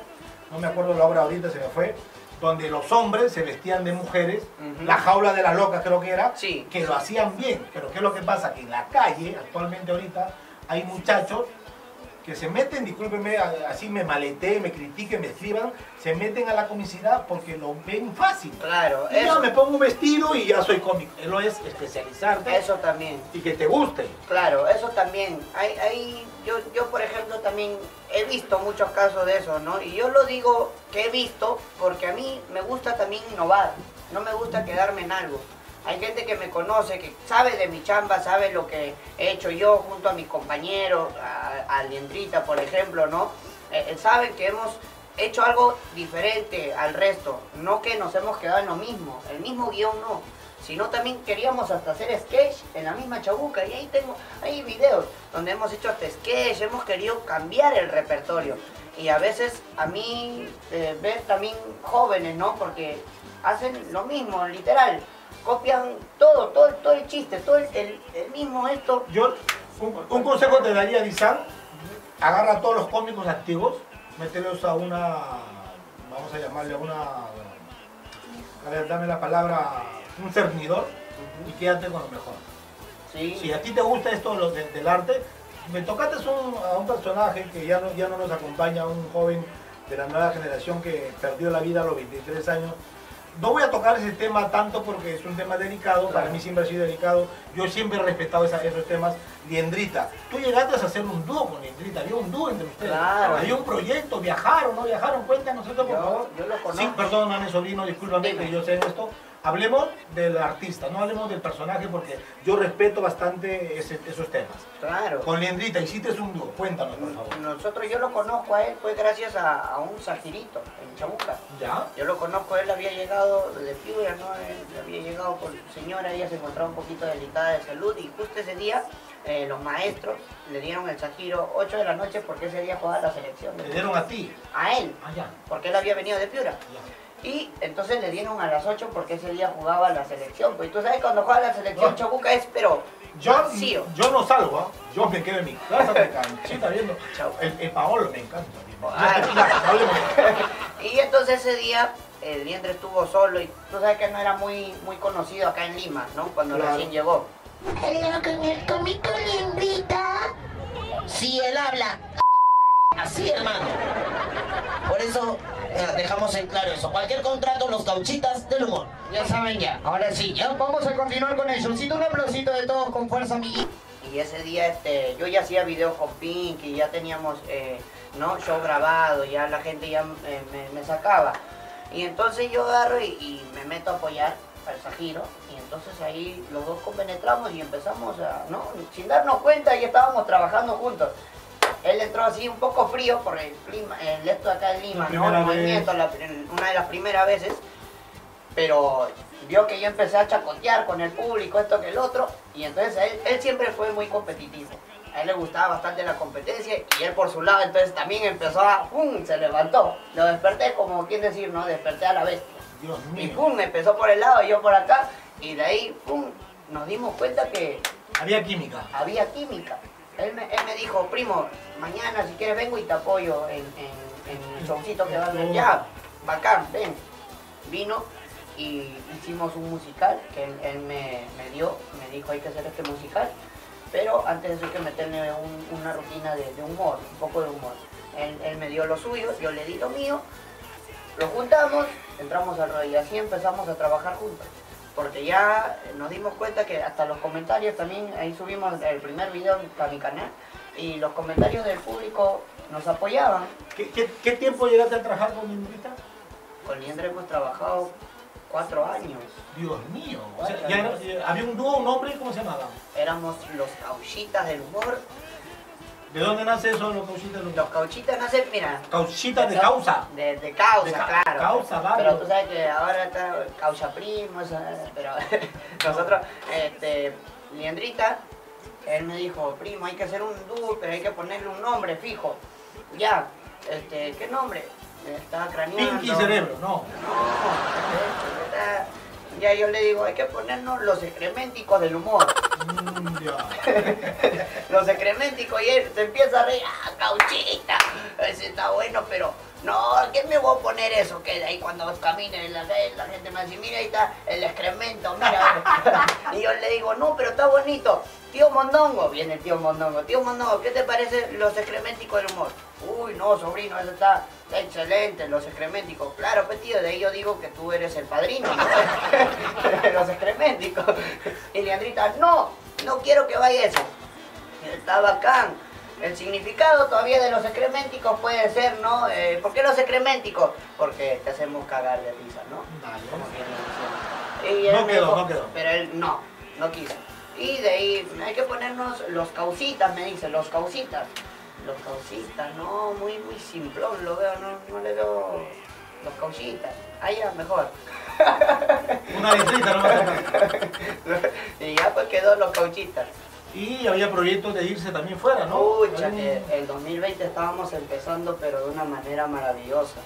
[SPEAKER 2] no me acuerdo la obra ahorita, se me fue, donde los hombres se vestían de mujeres,
[SPEAKER 1] Ujú.
[SPEAKER 2] la jaula de las locas creo que era,
[SPEAKER 1] Sí.
[SPEAKER 2] que lo hacían bien, pero ¿qué es lo que pasa? Que en la calle, actualmente ahorita, hay muchachos que se meten, discúlpenme, a- así me maleteen, me critiquen, me escriban, se meten a la comicidad porque lo ven fácil.
[SPEAKER 1] Claro,
[SPEAKER 2] Y ya
[SPEAKER 1] eso,
[SPEAKER 2] me pongo un vestido y ya soy cómico. Lo es especializarte
[SPEAKER 1] eso también.
[SPEAKER 2] y que te guste.
[SPEAKER 1] Claro, eso también. Hay, hay, yo, yo, por ejemplo, también he visto muchos casos de eso, ¿no? Y yo lo digo que he visto porque a mí me gusta también innovar. No me gusta quedarme en algo. Hay gente que me conoce, que sabe de mi chamba, sabe lo que he hecho yo junto a mis compañeros, a, a Liendrita, por ejemplo, ¿no? Eh, eh, saben que hemos hecho algo diferente al resto. No que nos hemos quedado en lo mismo. El mismo guión no sino también queríamos hasta hacer sketch en la misma chabuca y ahí tengo hay videos donde hemos hecho hasta sketch hemos querido cambiar el repertorio y a veces a mí eh, ver también jóvenes no porque hacen lo mismo literal copian todo todo todo el chiste todo el, el- el mismo esto
[SPEAKER 2] Yo un, un consejo te daría, Dizan, agarra a todos los cómicos activos, mételos a una, vamos a llamarle a una, a ver, dame la palabra, un cernidor y quédate con lo mejor.
[SPEAKER 1] sí,
[SPEAKER 2] Si a ti te gusta esto lo de- del arte, me tocaste un- a un personaje que ya no, ya no nos acompaña, un joven de la nueva generación que perdió la vida a los 23 años. No voy a tocar ese tema tanto porque es un tema delicado, para mí siempre ha sido delicado. Yo siempre he respetado esa- esos temas. Liendrita, tú llegaste a hacer un dúo con Liendrita, había un dúo entre ustedes.
[SPEAKER 1] Claro.
[SPEAKER 2] Había un proyecto, viajaron, no viajaron, cuéntanos eso por
[SPEAKER 1] Yo-
[SPEAKER 2] favor.
[SPEAKER 1] yo lo conozco.
[SPEAKER 2] Sí, perdóname sobrino, discúlpame
[SPEAKER 1] Dime.
[SPEAKER 2] que yo sé esto. Hablemos del artista, no hablemos del personaje porque yo respeto bastante ese- esos temas.
[SPEAKER 1] claro
[SPEAKER 2] Con Liendrita hiciste un dúo, cuéntanos por favor.
[SPEAKER 1] nosotros yo lo conozco a él fue gracias a, a un sajirito en chabuca
[SPEAKER 2] ¿Ya?
[SPEAKER 1] Yo lo conozco, él había llegado de Piura, ¿no? Él había llegado con su señora, ella se encontraba un poquito delicada de salud y justo ese día eh, los maestros le dieron el sajiro 8 de la noche porque ese día jugaba la selección. de-
[SPEAKER 2] Te dieron a ti.
[SPEAKER 1] A él,
[SPEAKER 2] Ah, ya.
[SPEAKER 1] porque él había venido de Piura.
[SPEAKER 2] ya.
[SPEAKER 1] Y entonces le dieron a las 8 porque ese día jugaba la selección. Pues tú sabes, cuando juega la selección
[SPEAKER 2] Ah.
[SPEAKER 1] Chabuca es, pero...
[SPEAKER 2] Yo,
[SPEAKER 1] vacío.
[SPEAKER 2] yo no salgo, ¿ah? yo me quedo en mi casa de canchita viendo.
[SPEAKER 1] Chao. Ah,
[SPEAKER 2] El, el Paolo me encanta. mi hermano.
[SPEAKER 1] Ay.
[SPEAKER 2] Ya, Paolo me encanta.
[SPEAKER 1] Y entonces ese día el Liendre estuvo solo y tú sabes que no era muy, muy conocido acá en Lima, ¿no? Cuando
[SPEAKER 2] Claro.
[SPEAKER 1] recién llegó.
[SPEAKER 7] Hello, con el cómico Lindrita.
[SPEAKER 8] Si él habla así, hermano. Por eso eh, dejamos en claro eso. Cualquier contrato, los cauchitas del humor. Ya saben ya. Ahora sí, ya vamos a continuar con el showcito. Un aplausito de todos con fuerza, amiguitos.
[SPEAKER 1] Y ese día este, yo ya hacía videos con Pinky, ya teníamos eh, ¿no? show grabado, ya la gente ya eh, me, me sacaba. Y entonces yo agarro y, y me meto a apoyar al Sajiro. Y entonces ahí los dos compenetramos y empezamos a, ¿no? Sin darnos cuenta ya estábamos trabajando juntos. Él entró así un poco frío por el clima, el esto de acá en Lima, ¿no? El
[SPEAKER 2] primera
[SPEAKER 1] movimiento, la- una de las primeras veces pero vio que yo empecé a chacotear con el público, esto que el otro, y entonces a él, él siempre fue muy competitivo. A él le gustaba bastante la competencia y él por su lado entonces también empezó a, ¡pum!, se levantó. Lo desperté como quien decir, ¿no? Desperté a la bestia.
[SPEAKER 2] Dios
[SPEAKER 1] Y
[SPEAKER 2] mío.
[SPEAKER 1] ¡pum!, empezó por el lado y yo por acá, y de ahí, ¡pum!, nos dimos cuenta que
[SPEAKER 2] Había química.
[SPEAKER 1] había química. Él me, él me dijo, primo, mañana si quieres vengo y te apoyo en, en- en el showcito que va a haber. Ya, bacán, ven. Vino y hicimos un musical que él, él me, me dio, me dijo hay que hacer este musical, pero antes de eso hay que meterle un- una rutina de, de humor, un poco de humor. Él, él me dio lo suyo, yo le di lo mío, lo juntamos, entramos al rollo y así empezamos a trabajar juntos. porque ya nos dimos cuenta que hasta los comentarios también, ahí subimos el primer video para mi canal, y los comentarios del público nos apoyaban.
[SPEAKER 2] ¿Qué, qué, qué tiempo llegaste a trabajar con Lindrita?
[SPEAKER 1] Con Liendra hemos trabajado cuatro años.
[SPEAKER 2] Dios mío. O sea, ya era- ya- había un dúo, un hombre, ¿cómo se llamaba?
[SPEAKER 1] Éramos los cauchitas del humor.
[SPEAKER 2] ¿De dónde nace eso, los cauchitas?
[SPEAKER 1] Los cauchitas nacen, mira,
[SPEAKER 2] Cauchitas de causa.
[SPEAKER 1] De, de causa,
[SPEAKER 2] De ca-
[SPEAKER 1] claro.
[SPEAKER 2] causa, vale.
[SPEAKER 1] Pero tú sabes que ahora está causa primo, eso, eh, pero nosotros, este, Liendrita, él me dijo, primo, hay que hacer un dúo, pero hay que ponerle un nombre fijo. Ya, este, ¿qué nombre? Estaba craneando.
[SPEAKER 2] Pinky Cerebro, no.
[SPEAKER 1] No, está- ya yo le digo, hay que ponernos los excrementicos del humor.
[SPEAKER 2] Mm, ya.
[SPEAKER 1] los excrementicos y él se empieza a reír, ah, cauchita, ese está bueno, pero no, ¿a ¿qué me voy a poner eso? Que de ahí cuando camine en la calle la gente me dice, mira, ahí está el excremento, mira. y yo le digo, no, pero está bonito. Tío Mondongo, viene el tío Mondongo, tío Mondongo, ¿qué te parece los excrementicos del humor? Uy, no, sobrino, eso está excelente, los excrementicos. Claro, pues tío, de ahí yo digo que tú eres el padrino, ¿no? los excrementicos. Y Leandrita, no, no quiero que vaya eso. Está bacán. El significado todavía de los excrementicos puede ser, ¿no? Eh, ¿Por qué los excrementicos? Porque te hacemos cagar de risa, ¿no? Como que le decían. Y él
[SPEAKER 2] No
[SPEAKER 1] me
[SPEAKER 2] quedó,
[SPEAKER 1] dijo,
[SPEAKER 2] no quedó.
[SPEAKER 1] Pero él no, no quiso. Y de ahí, hay que ponernos los causitas, me dice, los causitas. Los causitas, no, muy, muy simplón lo veo, no, no le veo los causitas. Ah, ya, mejor.
[SPEAKER 2] Una letrita no
[SPEAKER 1] y ya pues quedó los cauchitas.
[SPEAKER 2] Y había proyectos de irse también fuera, ¿no?
[SPEAKER 1] Pucha,
[SPEAKER 2] Había
[SPEAKER 1] que
[SPEAKER 2] un-
[SPEAKER 1] el 2020 estábamos empezando, pero de una manera maravillosa.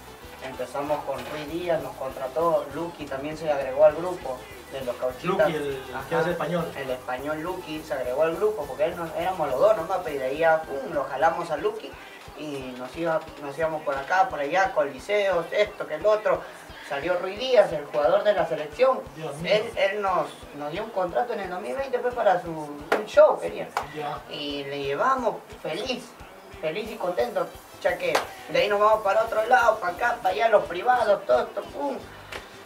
[SPEAKER 1] Empezamos con Ruiz Díaz, nos contrató, Lucky también se agregó al grupo de los cauchitas.
[SPEAKER 2] Lucky, el
[SPEAKER 1] Ajá.
[SPEAKER 2] que hace español.
[SPEAKER 1] El español Lucky se agregó al grupo porque él no, éramos los dos nomás, pero y de ahí a pum, lo jalamos a Lucky y nos, iba, nos íbamos por acá, por allá, coliseos, esto, que el otro. Salió Ruiz Díaz, el jugador de la selección.
[SPEAKER 2] Dios mío.
[SPEAKER 1] Él, él nos, nos dio un contrato en el 2020 pues, para su un show, quería
[SPEAKER 2] Ya.
[SPEAKER 1] y le llevamos feliz, feliz y contento, ya que de ahí nos vamos para otro lado, para acá, para allá, los privados, todo esto, pum,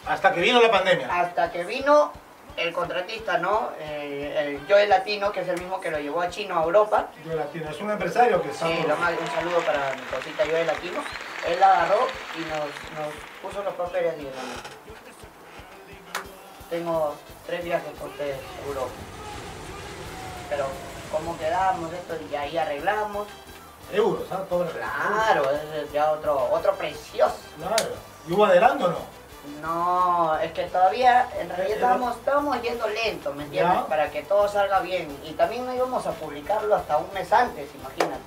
[SPEAKER 2] Hasta que vino la pandemia.
[SPEAKER 1] hasta que vino el contratista, ¿no? Eh, el Joe Latino, que es el mismo que lo llevó a Chino a Europa,
[SPEAKER 2] Yo la tiene. Es un empresario que está
[SPEAKER 1] Sí,
[SPEAKER 2] por-
[SPEAKER 1] lo más- un saludo para mi cosita yo de latino. Él la agarró y nos, nos puso los papeles y Tengo tres viajes con ustedes, seguro. Pero, ¿cómo quedamos esto? Y ahí arreglamos.
[SPEAKER 2] euros, ¿ah? Todo el-
[SPEAKER 1] Claro, ese es ya otro, otro precioso.
[SPEAKER 2] Claro. ¿Y hubo adelanto o no?
[SPEAKER 1] No, es que todavía, en realidad
[SPEAKER 2] Pero-
[SPEAKER 1] estábamos, estábamos yendo lento, ¿me entiendes?
[SPEAKER 2] Ya.
[SPEAKER 1] Para que todo salga bien. Y también no íbamos a publicarlo hasta un mes antes, imagínate.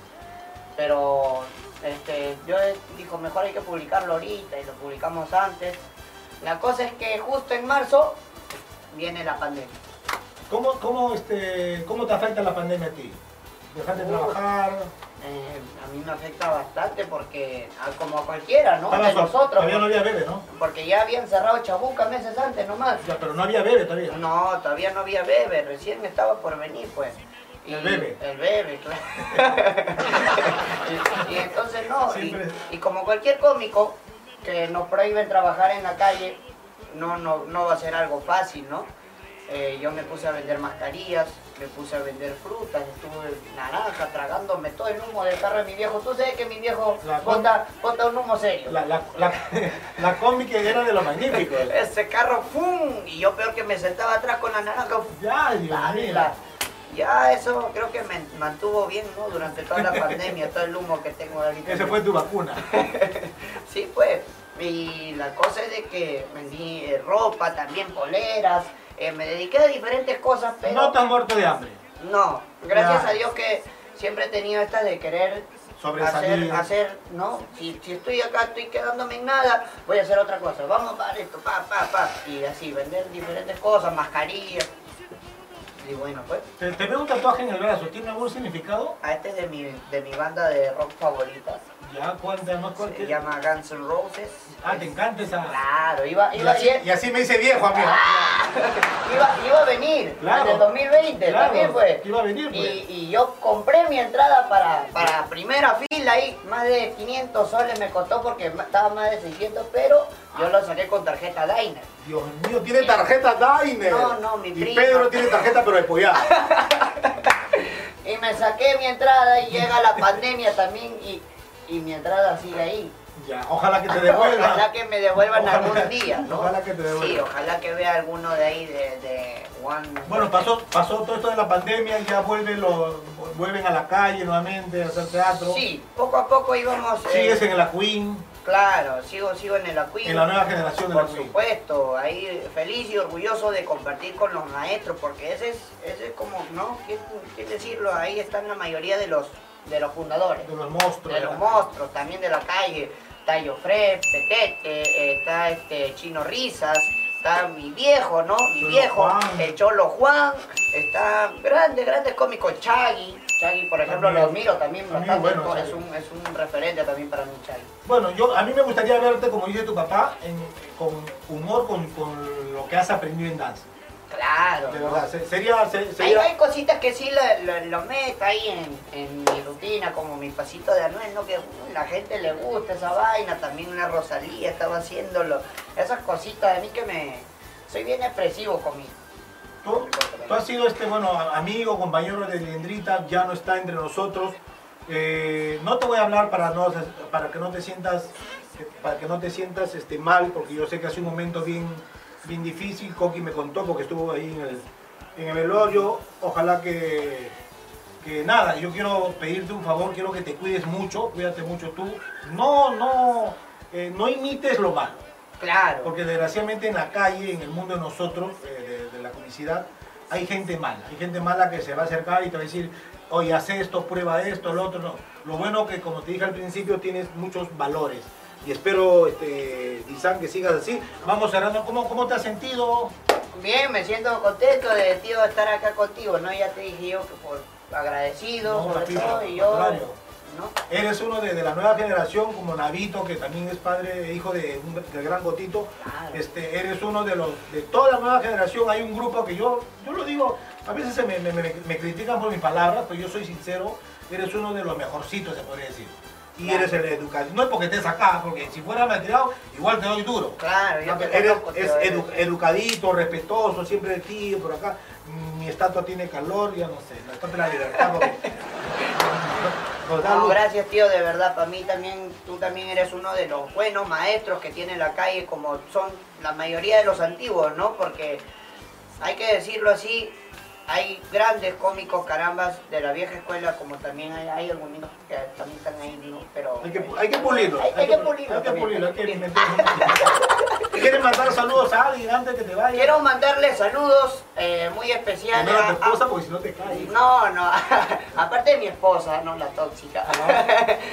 [SPEAKER 1] Pero este, yo dijo, mejor hay que publicarlo ahorita y lo publicamos antes. La cosa es que justo en marzo viene la pandemia.
[SPEAKER 2] ¿Cómo, cómo, este, ¿Cómo te afecta la pandemia a ti? ¿Dejaste de
[SPEAKER 1] Uh.
[SPEAKER 2] trabajar?
[SPEAKER 1] Eh, a mí me afecta bastante porque, ah, como a cualquiera, ¿no?
[SPEAKER 2] Estabas-
[SPEAKER 1] De nosotros.
[SPEAKER 2] Todavía no había bebé, ¿no?
[SPEAKER 1] Porque ya habían cerrado Chabuca meses antes nomás.
[SPEAKER 2] Ya, pero no había bebé todavía.
[SPEAKER 1] No, todavía no había bebé, recién estaba por venir, pues.
[SPEAKER 2] ¿El bebé?
[SPEAKER 1] El bebé, claro. y, y entonces no, y,
[SPEAKER 2] Siempre.
[SPEAKER 1] y como cualquier cómico que nos prohíben trabajar en la calle, no, no, no va a ser algo fácil, ¿no? Eh, yo me puse a vender mascarillas, me puse a vender frutas, estuve naranja, tragándome todo el humo del carro de mi viejo. Tú sabes que mi viejo
[SPEAKER 2] La com-
[SPEAKER 1] bota, bota un humo serio.
[SPEAKER 2] La, la, la, la combi que era de lo magnífico.
[SPEAKER 1] Ese carro, ¡fum! Y yo peor que me sentaba atrás con la naranja, ¡fum!
[SPEAKER 2] Ya, Dios mío.
[SPEAKER 1] Dávila. Ya eso creo que me mantuvo bien, ¿no? Durante toda la pandemia, todo el humo que tengo ahorita.
[SPEAKER 2] Esa fue tu vacuna.
[SPEAKER 1] Sí, pues. Y la cosa es de que vendí eh, ropa, también poleras, eh, me dediqué a diferentes cosas, pero...
[SPEAKER 2] No tan muerto de hambre.
[SPEAKER 1] No, gracias
[SPEAKER 2] Ya.
[SPEAKER 1] a Dios que siempre he tenido esta de querer
[SPEAKER 2] Sobresalir.
[SPEAKER 1] hacer, hacer, no, si, si estoy acá, estoy quedándome en nada, voy a hacer otra cosa, vamos para esto, pa, pa, pa, y así, vender diferentes cosas, mascarillas, y bueno, pues,
[SPEAKER 2] Te, te veo un tatuaje en el brazo. ¿Tiene algún significado?
[SPEAKER 1] ah, este es de mi, de mi banda de rock favorita,
[SPEAKER 2] Ya, cuánta, más cuánta.
[SPEAKER 1] se llama Guns N' Roses,
[SPEAKER 2] Ah, te encanta esa.
[SPEAKER 1] claro, iba,
[SPEAKER 4] Y
[SPEAKER 1] iba,
[SPEAKER 4] así,
[SPEAKER 1] iba,
[SPEAKER 4] Ah. y así me hice viejo, amigo.
[SPEAKER 1] iba, iba a venir,
[SPEAKER 2] Claro.
[SPEAKER 1] En el 2020
[SPEAKER 2] Claro,
[SPEAKER 1] también fue.
[SPEAKER 2] que iba a venir, pues.
[SPEAKER 1] y, y yo compré mi entrada para, para primera fila y más de 500 soles me costó porque ma- estaba más de 600, pero yo lo saqué con tarjeta Diner.
[SPEAKER 4] Dios mío, tiene tarjeta Diner.
[SPEAKER 1] No, no, mi
[SPEAKER 4] Y
[SPEAKER 1] prima.
[SPEAKER 4] Pedro tiene tarjeta pero espollada.
[SPEAKER 1] Y me saqué mi entrada y llega la pandemia también y, y mi entrada sigue ahí.
[SPEAKER 2] Ya, ojalá que te devuelvan.
[SPEAKER 1] Ojalá que me devuelvan
[SPEAKER 2] Ojalá-
[SPEAKER 1] algún día, ¿no?
[SPEAKER 2] ojalá que te devuelvan.
[SPEAKER 1] Sí, ojalá que vea alguno de ahí de, de One.
[SPEAKER 2] Bueno, pasó, pasó todo esto de la pandemia, ya vuelven, los, vuelven a la calle nuevamente a hacer teatro.
[SPEAKER 1] Sí, poco a poco íbamos. eh,
[SPEAKER 2] Sigues en el Aqueen,
[SPEAKER 1] Claro, sigo, sigo en el Acuí.
[SPEAKER 2] en la nueva generación del
[SPEAKER 1] Por
[SPEAKER 2] Aqueen.
[SPEAKER 1] supuesto, ahí feliz y orgulloso de compartir con los maestros, porque ese es, ese es como, ¿no? ¿Qué, qué decirlo? Ahí están la mayoría de los, de los fundadores.
[SPEAKER 2] De los monstruos.
[SPEAKER 1] de los monstruos, también de la calle, está Yofre, Petete, eh, está este Chino Risas, está mi viejo, ¿no? Mi
[SPEAKER 2] Cholo
[SPEAKER 1] viejo,
[SPEAKER 2] Juan.
[SPEAKER 1] el Cholo Juan, está grande, grande cómico Chagui. Chagui, por ejemplo,
[SPEAKER 2] También.
[SPEAKER 1] lo admiro también
[SPEAKER 2] También
[SPEAKER 1] bastante,
[SPEAKER 2] bueno,
[SPEAKER 1] ¿no? es,
[SPEAKER 2] Chagui.
[SPEAKER 1] un, es un referente también para mí Chagui.
[SPEAKER 2] Bueno, yo, a mí me gustaría verte, como dice tu papá, en- con humor, con, con lo que has aprendido en danza.
[SPEAKER 1] Claro,
[SPEAKER 2] De
[SPEAKER 1] ¿no?
[SPEAKER 2] verdad, se- sería... se-
[SPEAKER 1] Hay,
[SPEAKER 2] sería-
[SPEAKER 1] hay cositas que sí la- la- lo, meto ahí en, en mi rutina, como mi pasito de Anuel, ¿no? Que uh, la gente le gusta esa vaina, también una Rosalía estaba haciéndolo. Esas cositas de mí que me... Soy bien expresivo conmigo.
[SPEAKER 2] ¿Tú? Tú has sido este, bueno, a- amigo, compañero de Lindrita, ya no está entre nosotros. Eh, no te voy a hablar para, no, para que no te sientas, para que no te sientas este, mal, porque yo sé que hace un momento bien, bien difícil. Coqui me contó porque estuvo ahí en el, en el velorio. Ojalá que, que nada, yo quiero pedirte un favor, quiero que te cuides mucho, cuídate mucho tú. No, no, eh, no imites lo malo.
[SPEAKER 1] Claro.
[SPEAKER 2] Porque desgraciadamente en la calle, en el mundo de nosotros, eh, de, de la comicidad, hay gente mala. Hay gente mala que se va a acercar y te va a decir, oye, haz esto, prueba esto, lo otro. No. Lo bueno que, como te dije al principio, tienes muchos valores. Y espero, este, Dizan, que sigas así. Vamos cerrando. ¿Cómo, cómo te has sentido?
[SPEAKER 1] Bien, me siento contento de tío estar acá contigo, ¿no? Ya te dije yo que por agradecido,
[SPEAKER 2] No,
[SPEAKER 1] sobre
[SPEAKER 2] papito,
[SPEAKER 1] todo, y
[SPEAKER 2] al
[SPEAKER 1] yo...
[SPEAKER 2] contrario.
[SPEAKER 1] ¿no?
[SPEAKER 2] Eres uno de, de la nueva generación, como Navito, que también es padre e hijo de un- del gran Gotito.
[SPEAKER 1] Claro.
[SPEAKER 2] Este, eres uno de los, de toda la nueva generación. Hay un grupo que yo, yo lo digo, a veces se me, me- me- me critican por mis palabras, pero yo soy sincero, eres uno de los mejorcitos, se podría decir. Y
[SPEAKER 1] Claro.
[SPEAKER 2] eres el educado. No es porque estés acá, porque si fuera material, igual te doy duro.
[SPEAKER 1] Claro, yo te
[SPEAKER 2] Eres,
[SPEAKER 1] conozco,
[SPEAKER 2] es
[SPEAKER 1] tío, eres-
[SPEAKER 2] edu- educadito, respetuoso, siempre aquí, por acá. Mi estatua tiene calor, ya no sé, la estatua de la libertad. porque- Nos da
[SPEAKER 1] No,
[SPEAKER 2] luz.
[SPEAKER 1] gracias tío, de verdad, para mí también, tú también eres uno de los buenos maestros que tiene la calle, como son la mayoría de los antiguos, ¿no? Porque hay que decirlo así, hay grandes cómicos carambas de la vieja escuela, como también hay, hay algunos que también están ahí, ¿no? pero...
[SPEAKER 2] Hay que, hay que pulirlo.
[SPEAKER 1] Hay- hay que pulirlo
[SPEAKER 2] Hay que
[SPEAKER 1] también,
[SPEAKER 2] pulirlo,
[SPEAKER 1] hay
[SPEAKER 2] hay
[SPEAKER 1] que
[SPEAKER 2] que meterlo. ¿Quieres mandar saludos a alguien antes que te vaya?
[SPEAKER 1] Quiero mandarle saludos eh, muy especiales
[SPEAKER 2] Primero a tu
[SPEAKER 1] a-
[SPEAKER 2] esposa porque si no te caes.
[SPEAKER 1] No, no, aparte de mi esposa, no la tóxica.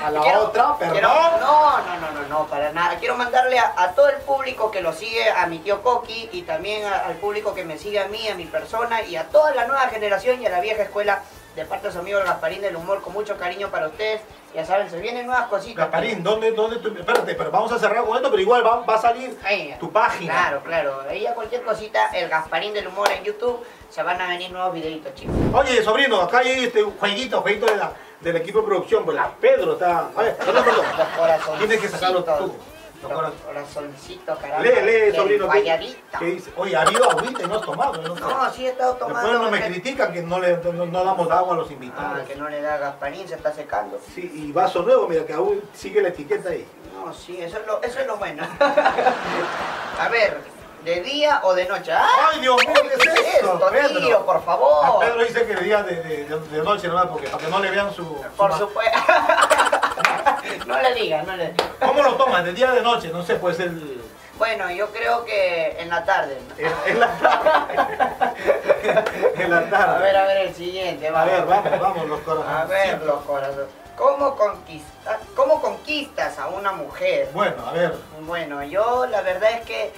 [SPEAKER 4] A la
[SPEAKER 1] Quiero-
[SPEAKER 4] otra, perdón.
[SPEAKER 1] quiero- no, no, no, no, no, para nada. Quiero mandarle a, a todo el público que lo sigue, a mi tío Coqui y también a- al público que me sigue a mí, a mi persona y a toda la nueva generación y a la vieja escuela de parte de su amigo Gasparín del Humor, con mucho cariño para ustedes. Ya saben, se vienen nuevas cositas.
[SPEAKER 2] Gasparín, ¿dónde, dónde tú? Espérate, pero vamos a cerrar con esto, pero igual va, va a salir
[SPEAKER 1] Ahí.
[SPEAKER 2] tu página.
[SPEAKER 1] Claro, claro. Ahí a cualquier cosita, el Gasparín del Humor en YouTube, se van a venir nuevos videitos, chicos.
[SPEAKER 2] Oye, sobrino, acá hay este jueguito, jueguito de la- del equipo de producción, pues la Pedro está. A ver, perdón, perdón.
[SPEAKER 1] Los corazoncitos.
[SPEAKER 2] Tienes que sacarlo tú. Los
[SPEAKER 1] Los
[SPEAKER 2] coraz-
[SPEAKER 1] corazoncitos, caramba.
[SPEAKER 2] Lee, lee,
[SPEAKER 1] Del
[SPEAKER 2] sobrino. ¿qué-
[SPEAKER 1] Guayabita.
[SPEAKER 2] ¿Qué dice? Oye, ha habido agüita y no has tomado. No,
[SPEAKER 1] No, sí he estado tomando.
[SPEAKER 2] Después no me
[SPEAKER 1] gente.
[SPEAKER 2] critican que no, le, no, no damos agua a los
[SPEAKER 1] Ah,
[SPEAKER 2] invitados.
[SPEAKER 1] que no le da Gasparín, se está secando.
[SPEAKER 2] Sí, y vaso nuevo, mira que aún sigue la etiqueta ahí.
[SPEAKER 1] No, sí, eso es lo, eso es lo bueno. A ver, ¿de día o de noche? ¡Ah!
[SPEAKER 2] ¡Ay, Dios mío, qué es esto, Pedro?
[SPEAKER 1] tío, por
[SPEAKER 2] A
[SPEAKER 1] favor!
[SPEAKER 2] Pedro dice que le diga de, de, de, de noche nomás, porque para que no le vean su...
[SPEAKER 1] Por
[SPEAKER 2] su-
[SPEAKER 1] supuesto. no le digas, no le
[SPEAKER 2] ¿Cómo lo tomas? ¿De día o de noche? No sé, pues el...
[SPEAKER 1] Bueno, yo creo que en la tarde. ¿no?
[SPEAKER 2] En, en la tarde. en la tarde.
[SPEAKER 1] A ver, a ver el siguiente.
[SPEAKER 2] A
[SPEAKER 1] vamos.
[SPEAKER 2] ver, vamos, vamos, los
[SPEAKER 1] A
[SPEAKER 2] corazones.
[SPEAKER 1] ver, los corazones. ¿Cómo, conquista, ¿Cómo conquistas a una mujer?
[SPEAKER 2] Bueno, a ver.
[SPEAKER 1] Bueno, yo la verdad es que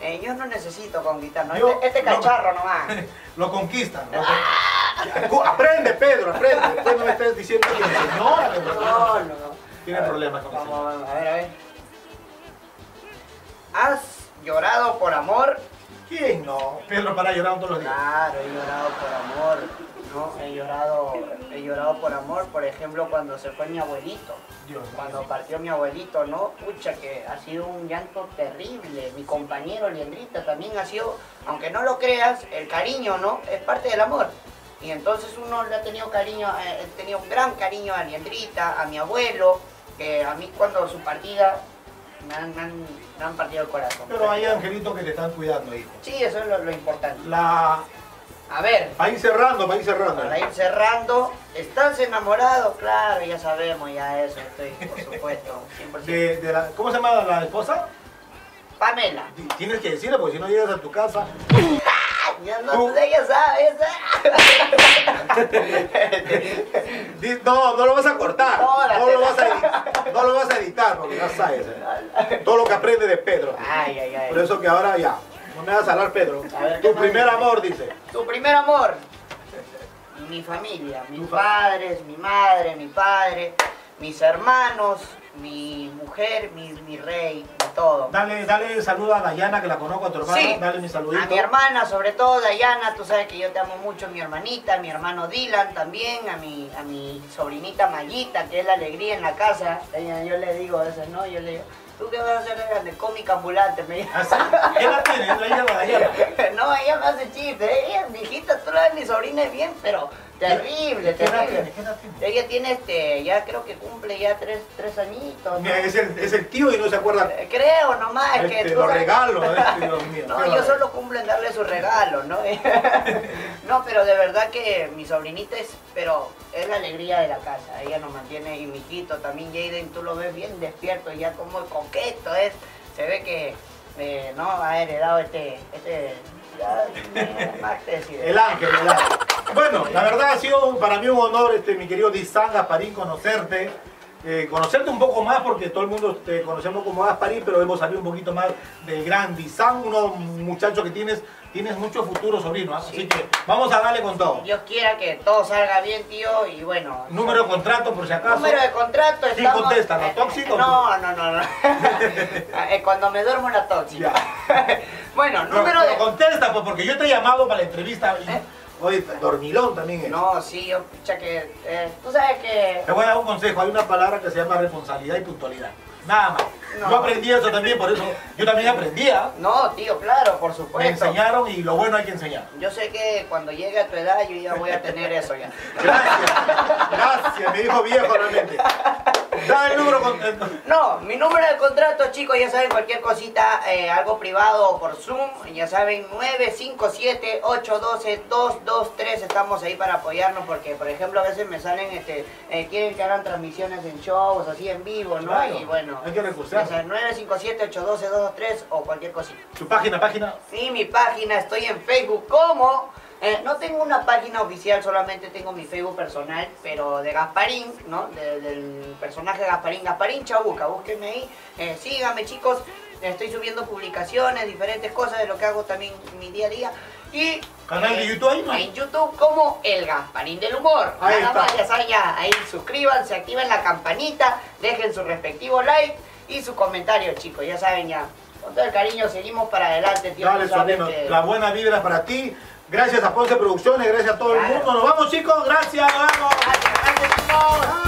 [SPEAKER 1] eh, yo no necesito conquistar, ¿no?
[SPEAKER 2] Yo-
[SPEAKER 1] este, este
[SPEAKER 2] no.
[SPEAKER 1] cacharro nomás.
[SPEAKER 2] Lo conquistan. lo con- Aprende, Pedro, aprende. Después no me estés diciendo que me ignora. que me-
[SPEAKER 1] No, no, no.
[SPEAKER 2] Tiene
[SPEAKER 1] A ver,
[SPEAKER 2] problemas con
[SPEAKER 1] vamos,
[SPEAKER 2] eso.
[SPEAKER 1] vamos, a ver, a ver. ¿Has llorado por amor
[SPEAKER 2] ¿Quién no? Pedro para llorar todos los días.
[SPEAKER 1] Claro, he llorado por amor, ¿no? He llorado, he llorado por amor, por ejemplo, cuando se fue mi abuelito.
[SPEAKER 2] Dios mío.
[SPEAKER 1] Cuando partió mi abuelito, ¿no? Pucha, que ha sido un llanto terrible. Mi compañero Liendrita también ha sido, aunque no lo creas, el cariño, ¿no? Es parte del amor. Y entonces uno le ha tenido cariño, eh, he tenido un gran cariño a Liendrita, a mi abuelo, que a mí cuando su partida me han, me han- me han partido el corazón.
[SPEAKER 2] Pero hay angelitos que te están cuidando, hijo.
[SPEAKER 1] Sí, eso es lo- lo importante.
[SPEAKER 2] La...
[SPEAKER 1] A ver,
[SPEAKER 2] Para ir cerrando, para ir cerrando.
[SPEAKER 1] Para ir cerrando, ¿estás enamorado? Claro, ya sabemos, ya eso, estoy, por supuesto, 100%.
[SPEAKER 2] De, de la, ¿Cómo se llama la esposa?
[SPEAKER 1] Pamela,
[SPEAKER 2] Di- Tienes que decirle, porque si no llegas a tu casa,
[SPEAKER 1] ya no sé, ya sabes. ¿eh?
[SPEAKER 2] Di- No, no lo vas a cortar.
[SPEAKER 1] No, la
[SPEAKER 2] No lo vas
[SPEAKER 1] tela.
[SPEAKER 2] a editar. No lo vas a editar porque ya sabes. eh. Todo lo que aprende de Pedro.
[SPEAKER 1] ay, ay,
[SPEAKER 2] Por
[SPEAKER 1] ay.
[SPEAKER 2] eso que ahora ya. No me vas a hablar, Pedro.
[SPEAKER 1] A ver, ¿qué
[SPEAKER 2] Tu
[SPEAKER 1] más
[SPEAKER 2] primer
[SPEAKER 1] dice?
[SPEAKER 2] amor, dice.
[SPEAKER 1] Tu primer amor, mi familia, mis padres, mi madre, mi padre, mis hermanos, mi mujer, mi, mi rey, mi todo.
[SPEAKER 2] Dale, dale saludo a Dayana, que la conozco a tu hermana.
[SPEAKER 1] Sí.
[SPEAKER 2] Dale mi saludito.
[SPEAKER 1] A mi hermana, sobre todo, Dayana, tú sabes que yo te amo mucho, mi hermanita, a mi hermano Dylan también, a mi, a mi sobrinita Mayita, que es la alegría en la casa. Ella- yo le digo eso, ¿no? Yo le digo, ¿tú qué vas a hacer de grande? Cómica ambulante, me dice.
[SPEAKER 2] ¿Ah, sí? ¿Quién la tiene? Es la hija de Dayana.
[SPEAKER 1] no, ella me hace chiste. Ella, mi hijita, tú la ves, mi sobrina es bien, pero terrible,
[SPEAKER 2] ¿Qué edad
[SPEAKER 1] terrible.
[SPEAKER 2] tiene? ¿Qué edad tiene?
[SPEAKER 1] Ella tiene este, ya creo que cumple ya tres, tres añitos. ¿no?
[SPEAKER 2] Mira, es el, es el tío y no se acuerda.
[SPEAKER 1] Eh, Creo nomás que
[SPEAKER 2] Este,
[SPEAKER 1] tú
[SPEAKER 2] los
[SPEAKER 1] sabes-
[SPEAKER 2] regalos, este, Dios mío.
[SPEAKER 1] No,
[SPEAKER 2] Qué
[SPEAKER 1] yo
[SPEAKER 2] barbaridad.
[SPEAKER 1] solo cumplo en darle sus regalos, ¿no? no, pero de verdad que mi sobrinita es, pero es la alegría de la casa. Ella nos mantiene, y mi hijito también, Jaden, tú lo ves bien despierto, ya como coqueto es. Se ve que, eh, no, ha heredado este, este, ya, eh, más que decir.
[SPEAKER 2] El ángel, el ángel. Bueno, la verdad ha sido un- para mí un honor, este, mi querido Dizán Gasparín, conocerte. eh, conocerte un poco más porque todo el mundo te conocemos como Gasparín, pero hemos sabido un poquito más del gran Dizán, unos muchachos que tienes, tienes mucho futuro sobrino, ¿ah? así que vamos a darle con todo.
[SPEAKER 1] Dios quiera que todo salga bien, tío, y bueno.
[SPEAKER 2] Número de contrato por si acaso.
[SPEAKER 1] Número de contrato,
[SPEAKER 2] Sí,
[SPEAKER 1] estamos...
[SPEAKER 2] contesta, ¿la
[SPEAKER 1] eh,
[SPEAKER 2] tóxica o
[SPEAKER 1] No, no, no, no. Eh, Cuando me duermo la tóxica. bueno,
[SPEAKER 2] Pero-
[SPEAKER 1] número
[SPEAKER 2] pero
[SPEAKER 1] de...
[SPEAKER 2] contesta, pues, porque yo te he llamado para la entrevista. y-
[SPEAKER 1] ¿Eh?
[SPEAKER 2] Oye, dormilón también es.
[SPEAKER 1] No, sí, yo, pucha, que... eh, tú sabes que...
[SPEAKER 2] Te voy a dar un consejo, hay una palabra que se llama responsabilidad y puntualidad. Nada más.
[SPEAKER 1] No.
[SPEAKER 2] Yo aprendí eso también, por eso yo también aprendía.
[SPEAKER 1] No, tío, claro, por
[SPEAKER 2] Me
[SPEAKER 1] supuesto.
[SPEAKER 2] enseñaron y lo bueno hay que enseñar.
[SPEAKER 1] Yo sé que cuando llegue a tu edad yo ya voy a tener eso ya.
[SPEAKER 2] Gracias, gracias, me dijo viejo realmente. Da el número contento.
[SPEAKER 1] No, mi número de contrato, chicos, ya saben, cualquier cosita, eh, algo privado o por Zoom, ya saben, 957-812-223, estamos ahí para apoyarnos porque, por ejemplo, a veces me salen, este, eh, quieren que hagan transmisiones en shows, así en vivo, ¿no?
[SPEAKER 2] Claro,
[SPEAKER 1] y bueno,
[SPEAKER 2] hay que recursar.
[SPEAKER 1] ya saben, 957-812-223 o cualquier cosita.
[SPEAKER 2] Su página, página.
[SPEAKER 1] Sí, mi página, estoy en Facebook como. eh, no tengo una página oficial, solamente tengo mi Facebook personal, pero de Gasparín, ¿no? De- del personaje Gasparín, Gasparín Chabuca, búsquenme ahí, eh, síganme chicos, estoy subiendo publicaciones, diferentes cosas de lo que hago también en mi día a día. Y eh,
[SPEAKER 2] Canal de YouTube ahí, ¿no?
[SPEAKER 1] En YouTube como El Gasparín del Humor.
[SPEAKER 2] Ahí
[SPEAKER 1] Nada
[SPEAKER 2] está.
[SPEAKER 1] más, ya saben, ya, ahí suscríbanse, activen la campanita, dejen su respectivo like y su comentario, chicos, ya saben ya. Con todo el cariño, seguimos para adelante, tío.
[SPEAKER 2] Dale,
[SPEAKER 1] tú sabes
[SPEAKER 2] sobrino.
[SPEAKER 1] que-
[SPEAKER 2] La buena vibra para ti. Gracias a Ponce Producciones, gracias a todo el
[SPEAKER 1] Claro.
[SPEAKER 2] mundo. Nos vamos, chicos. Gracias, nos vamos.
[SPEAKER 1] Gracias, gracias, chicos.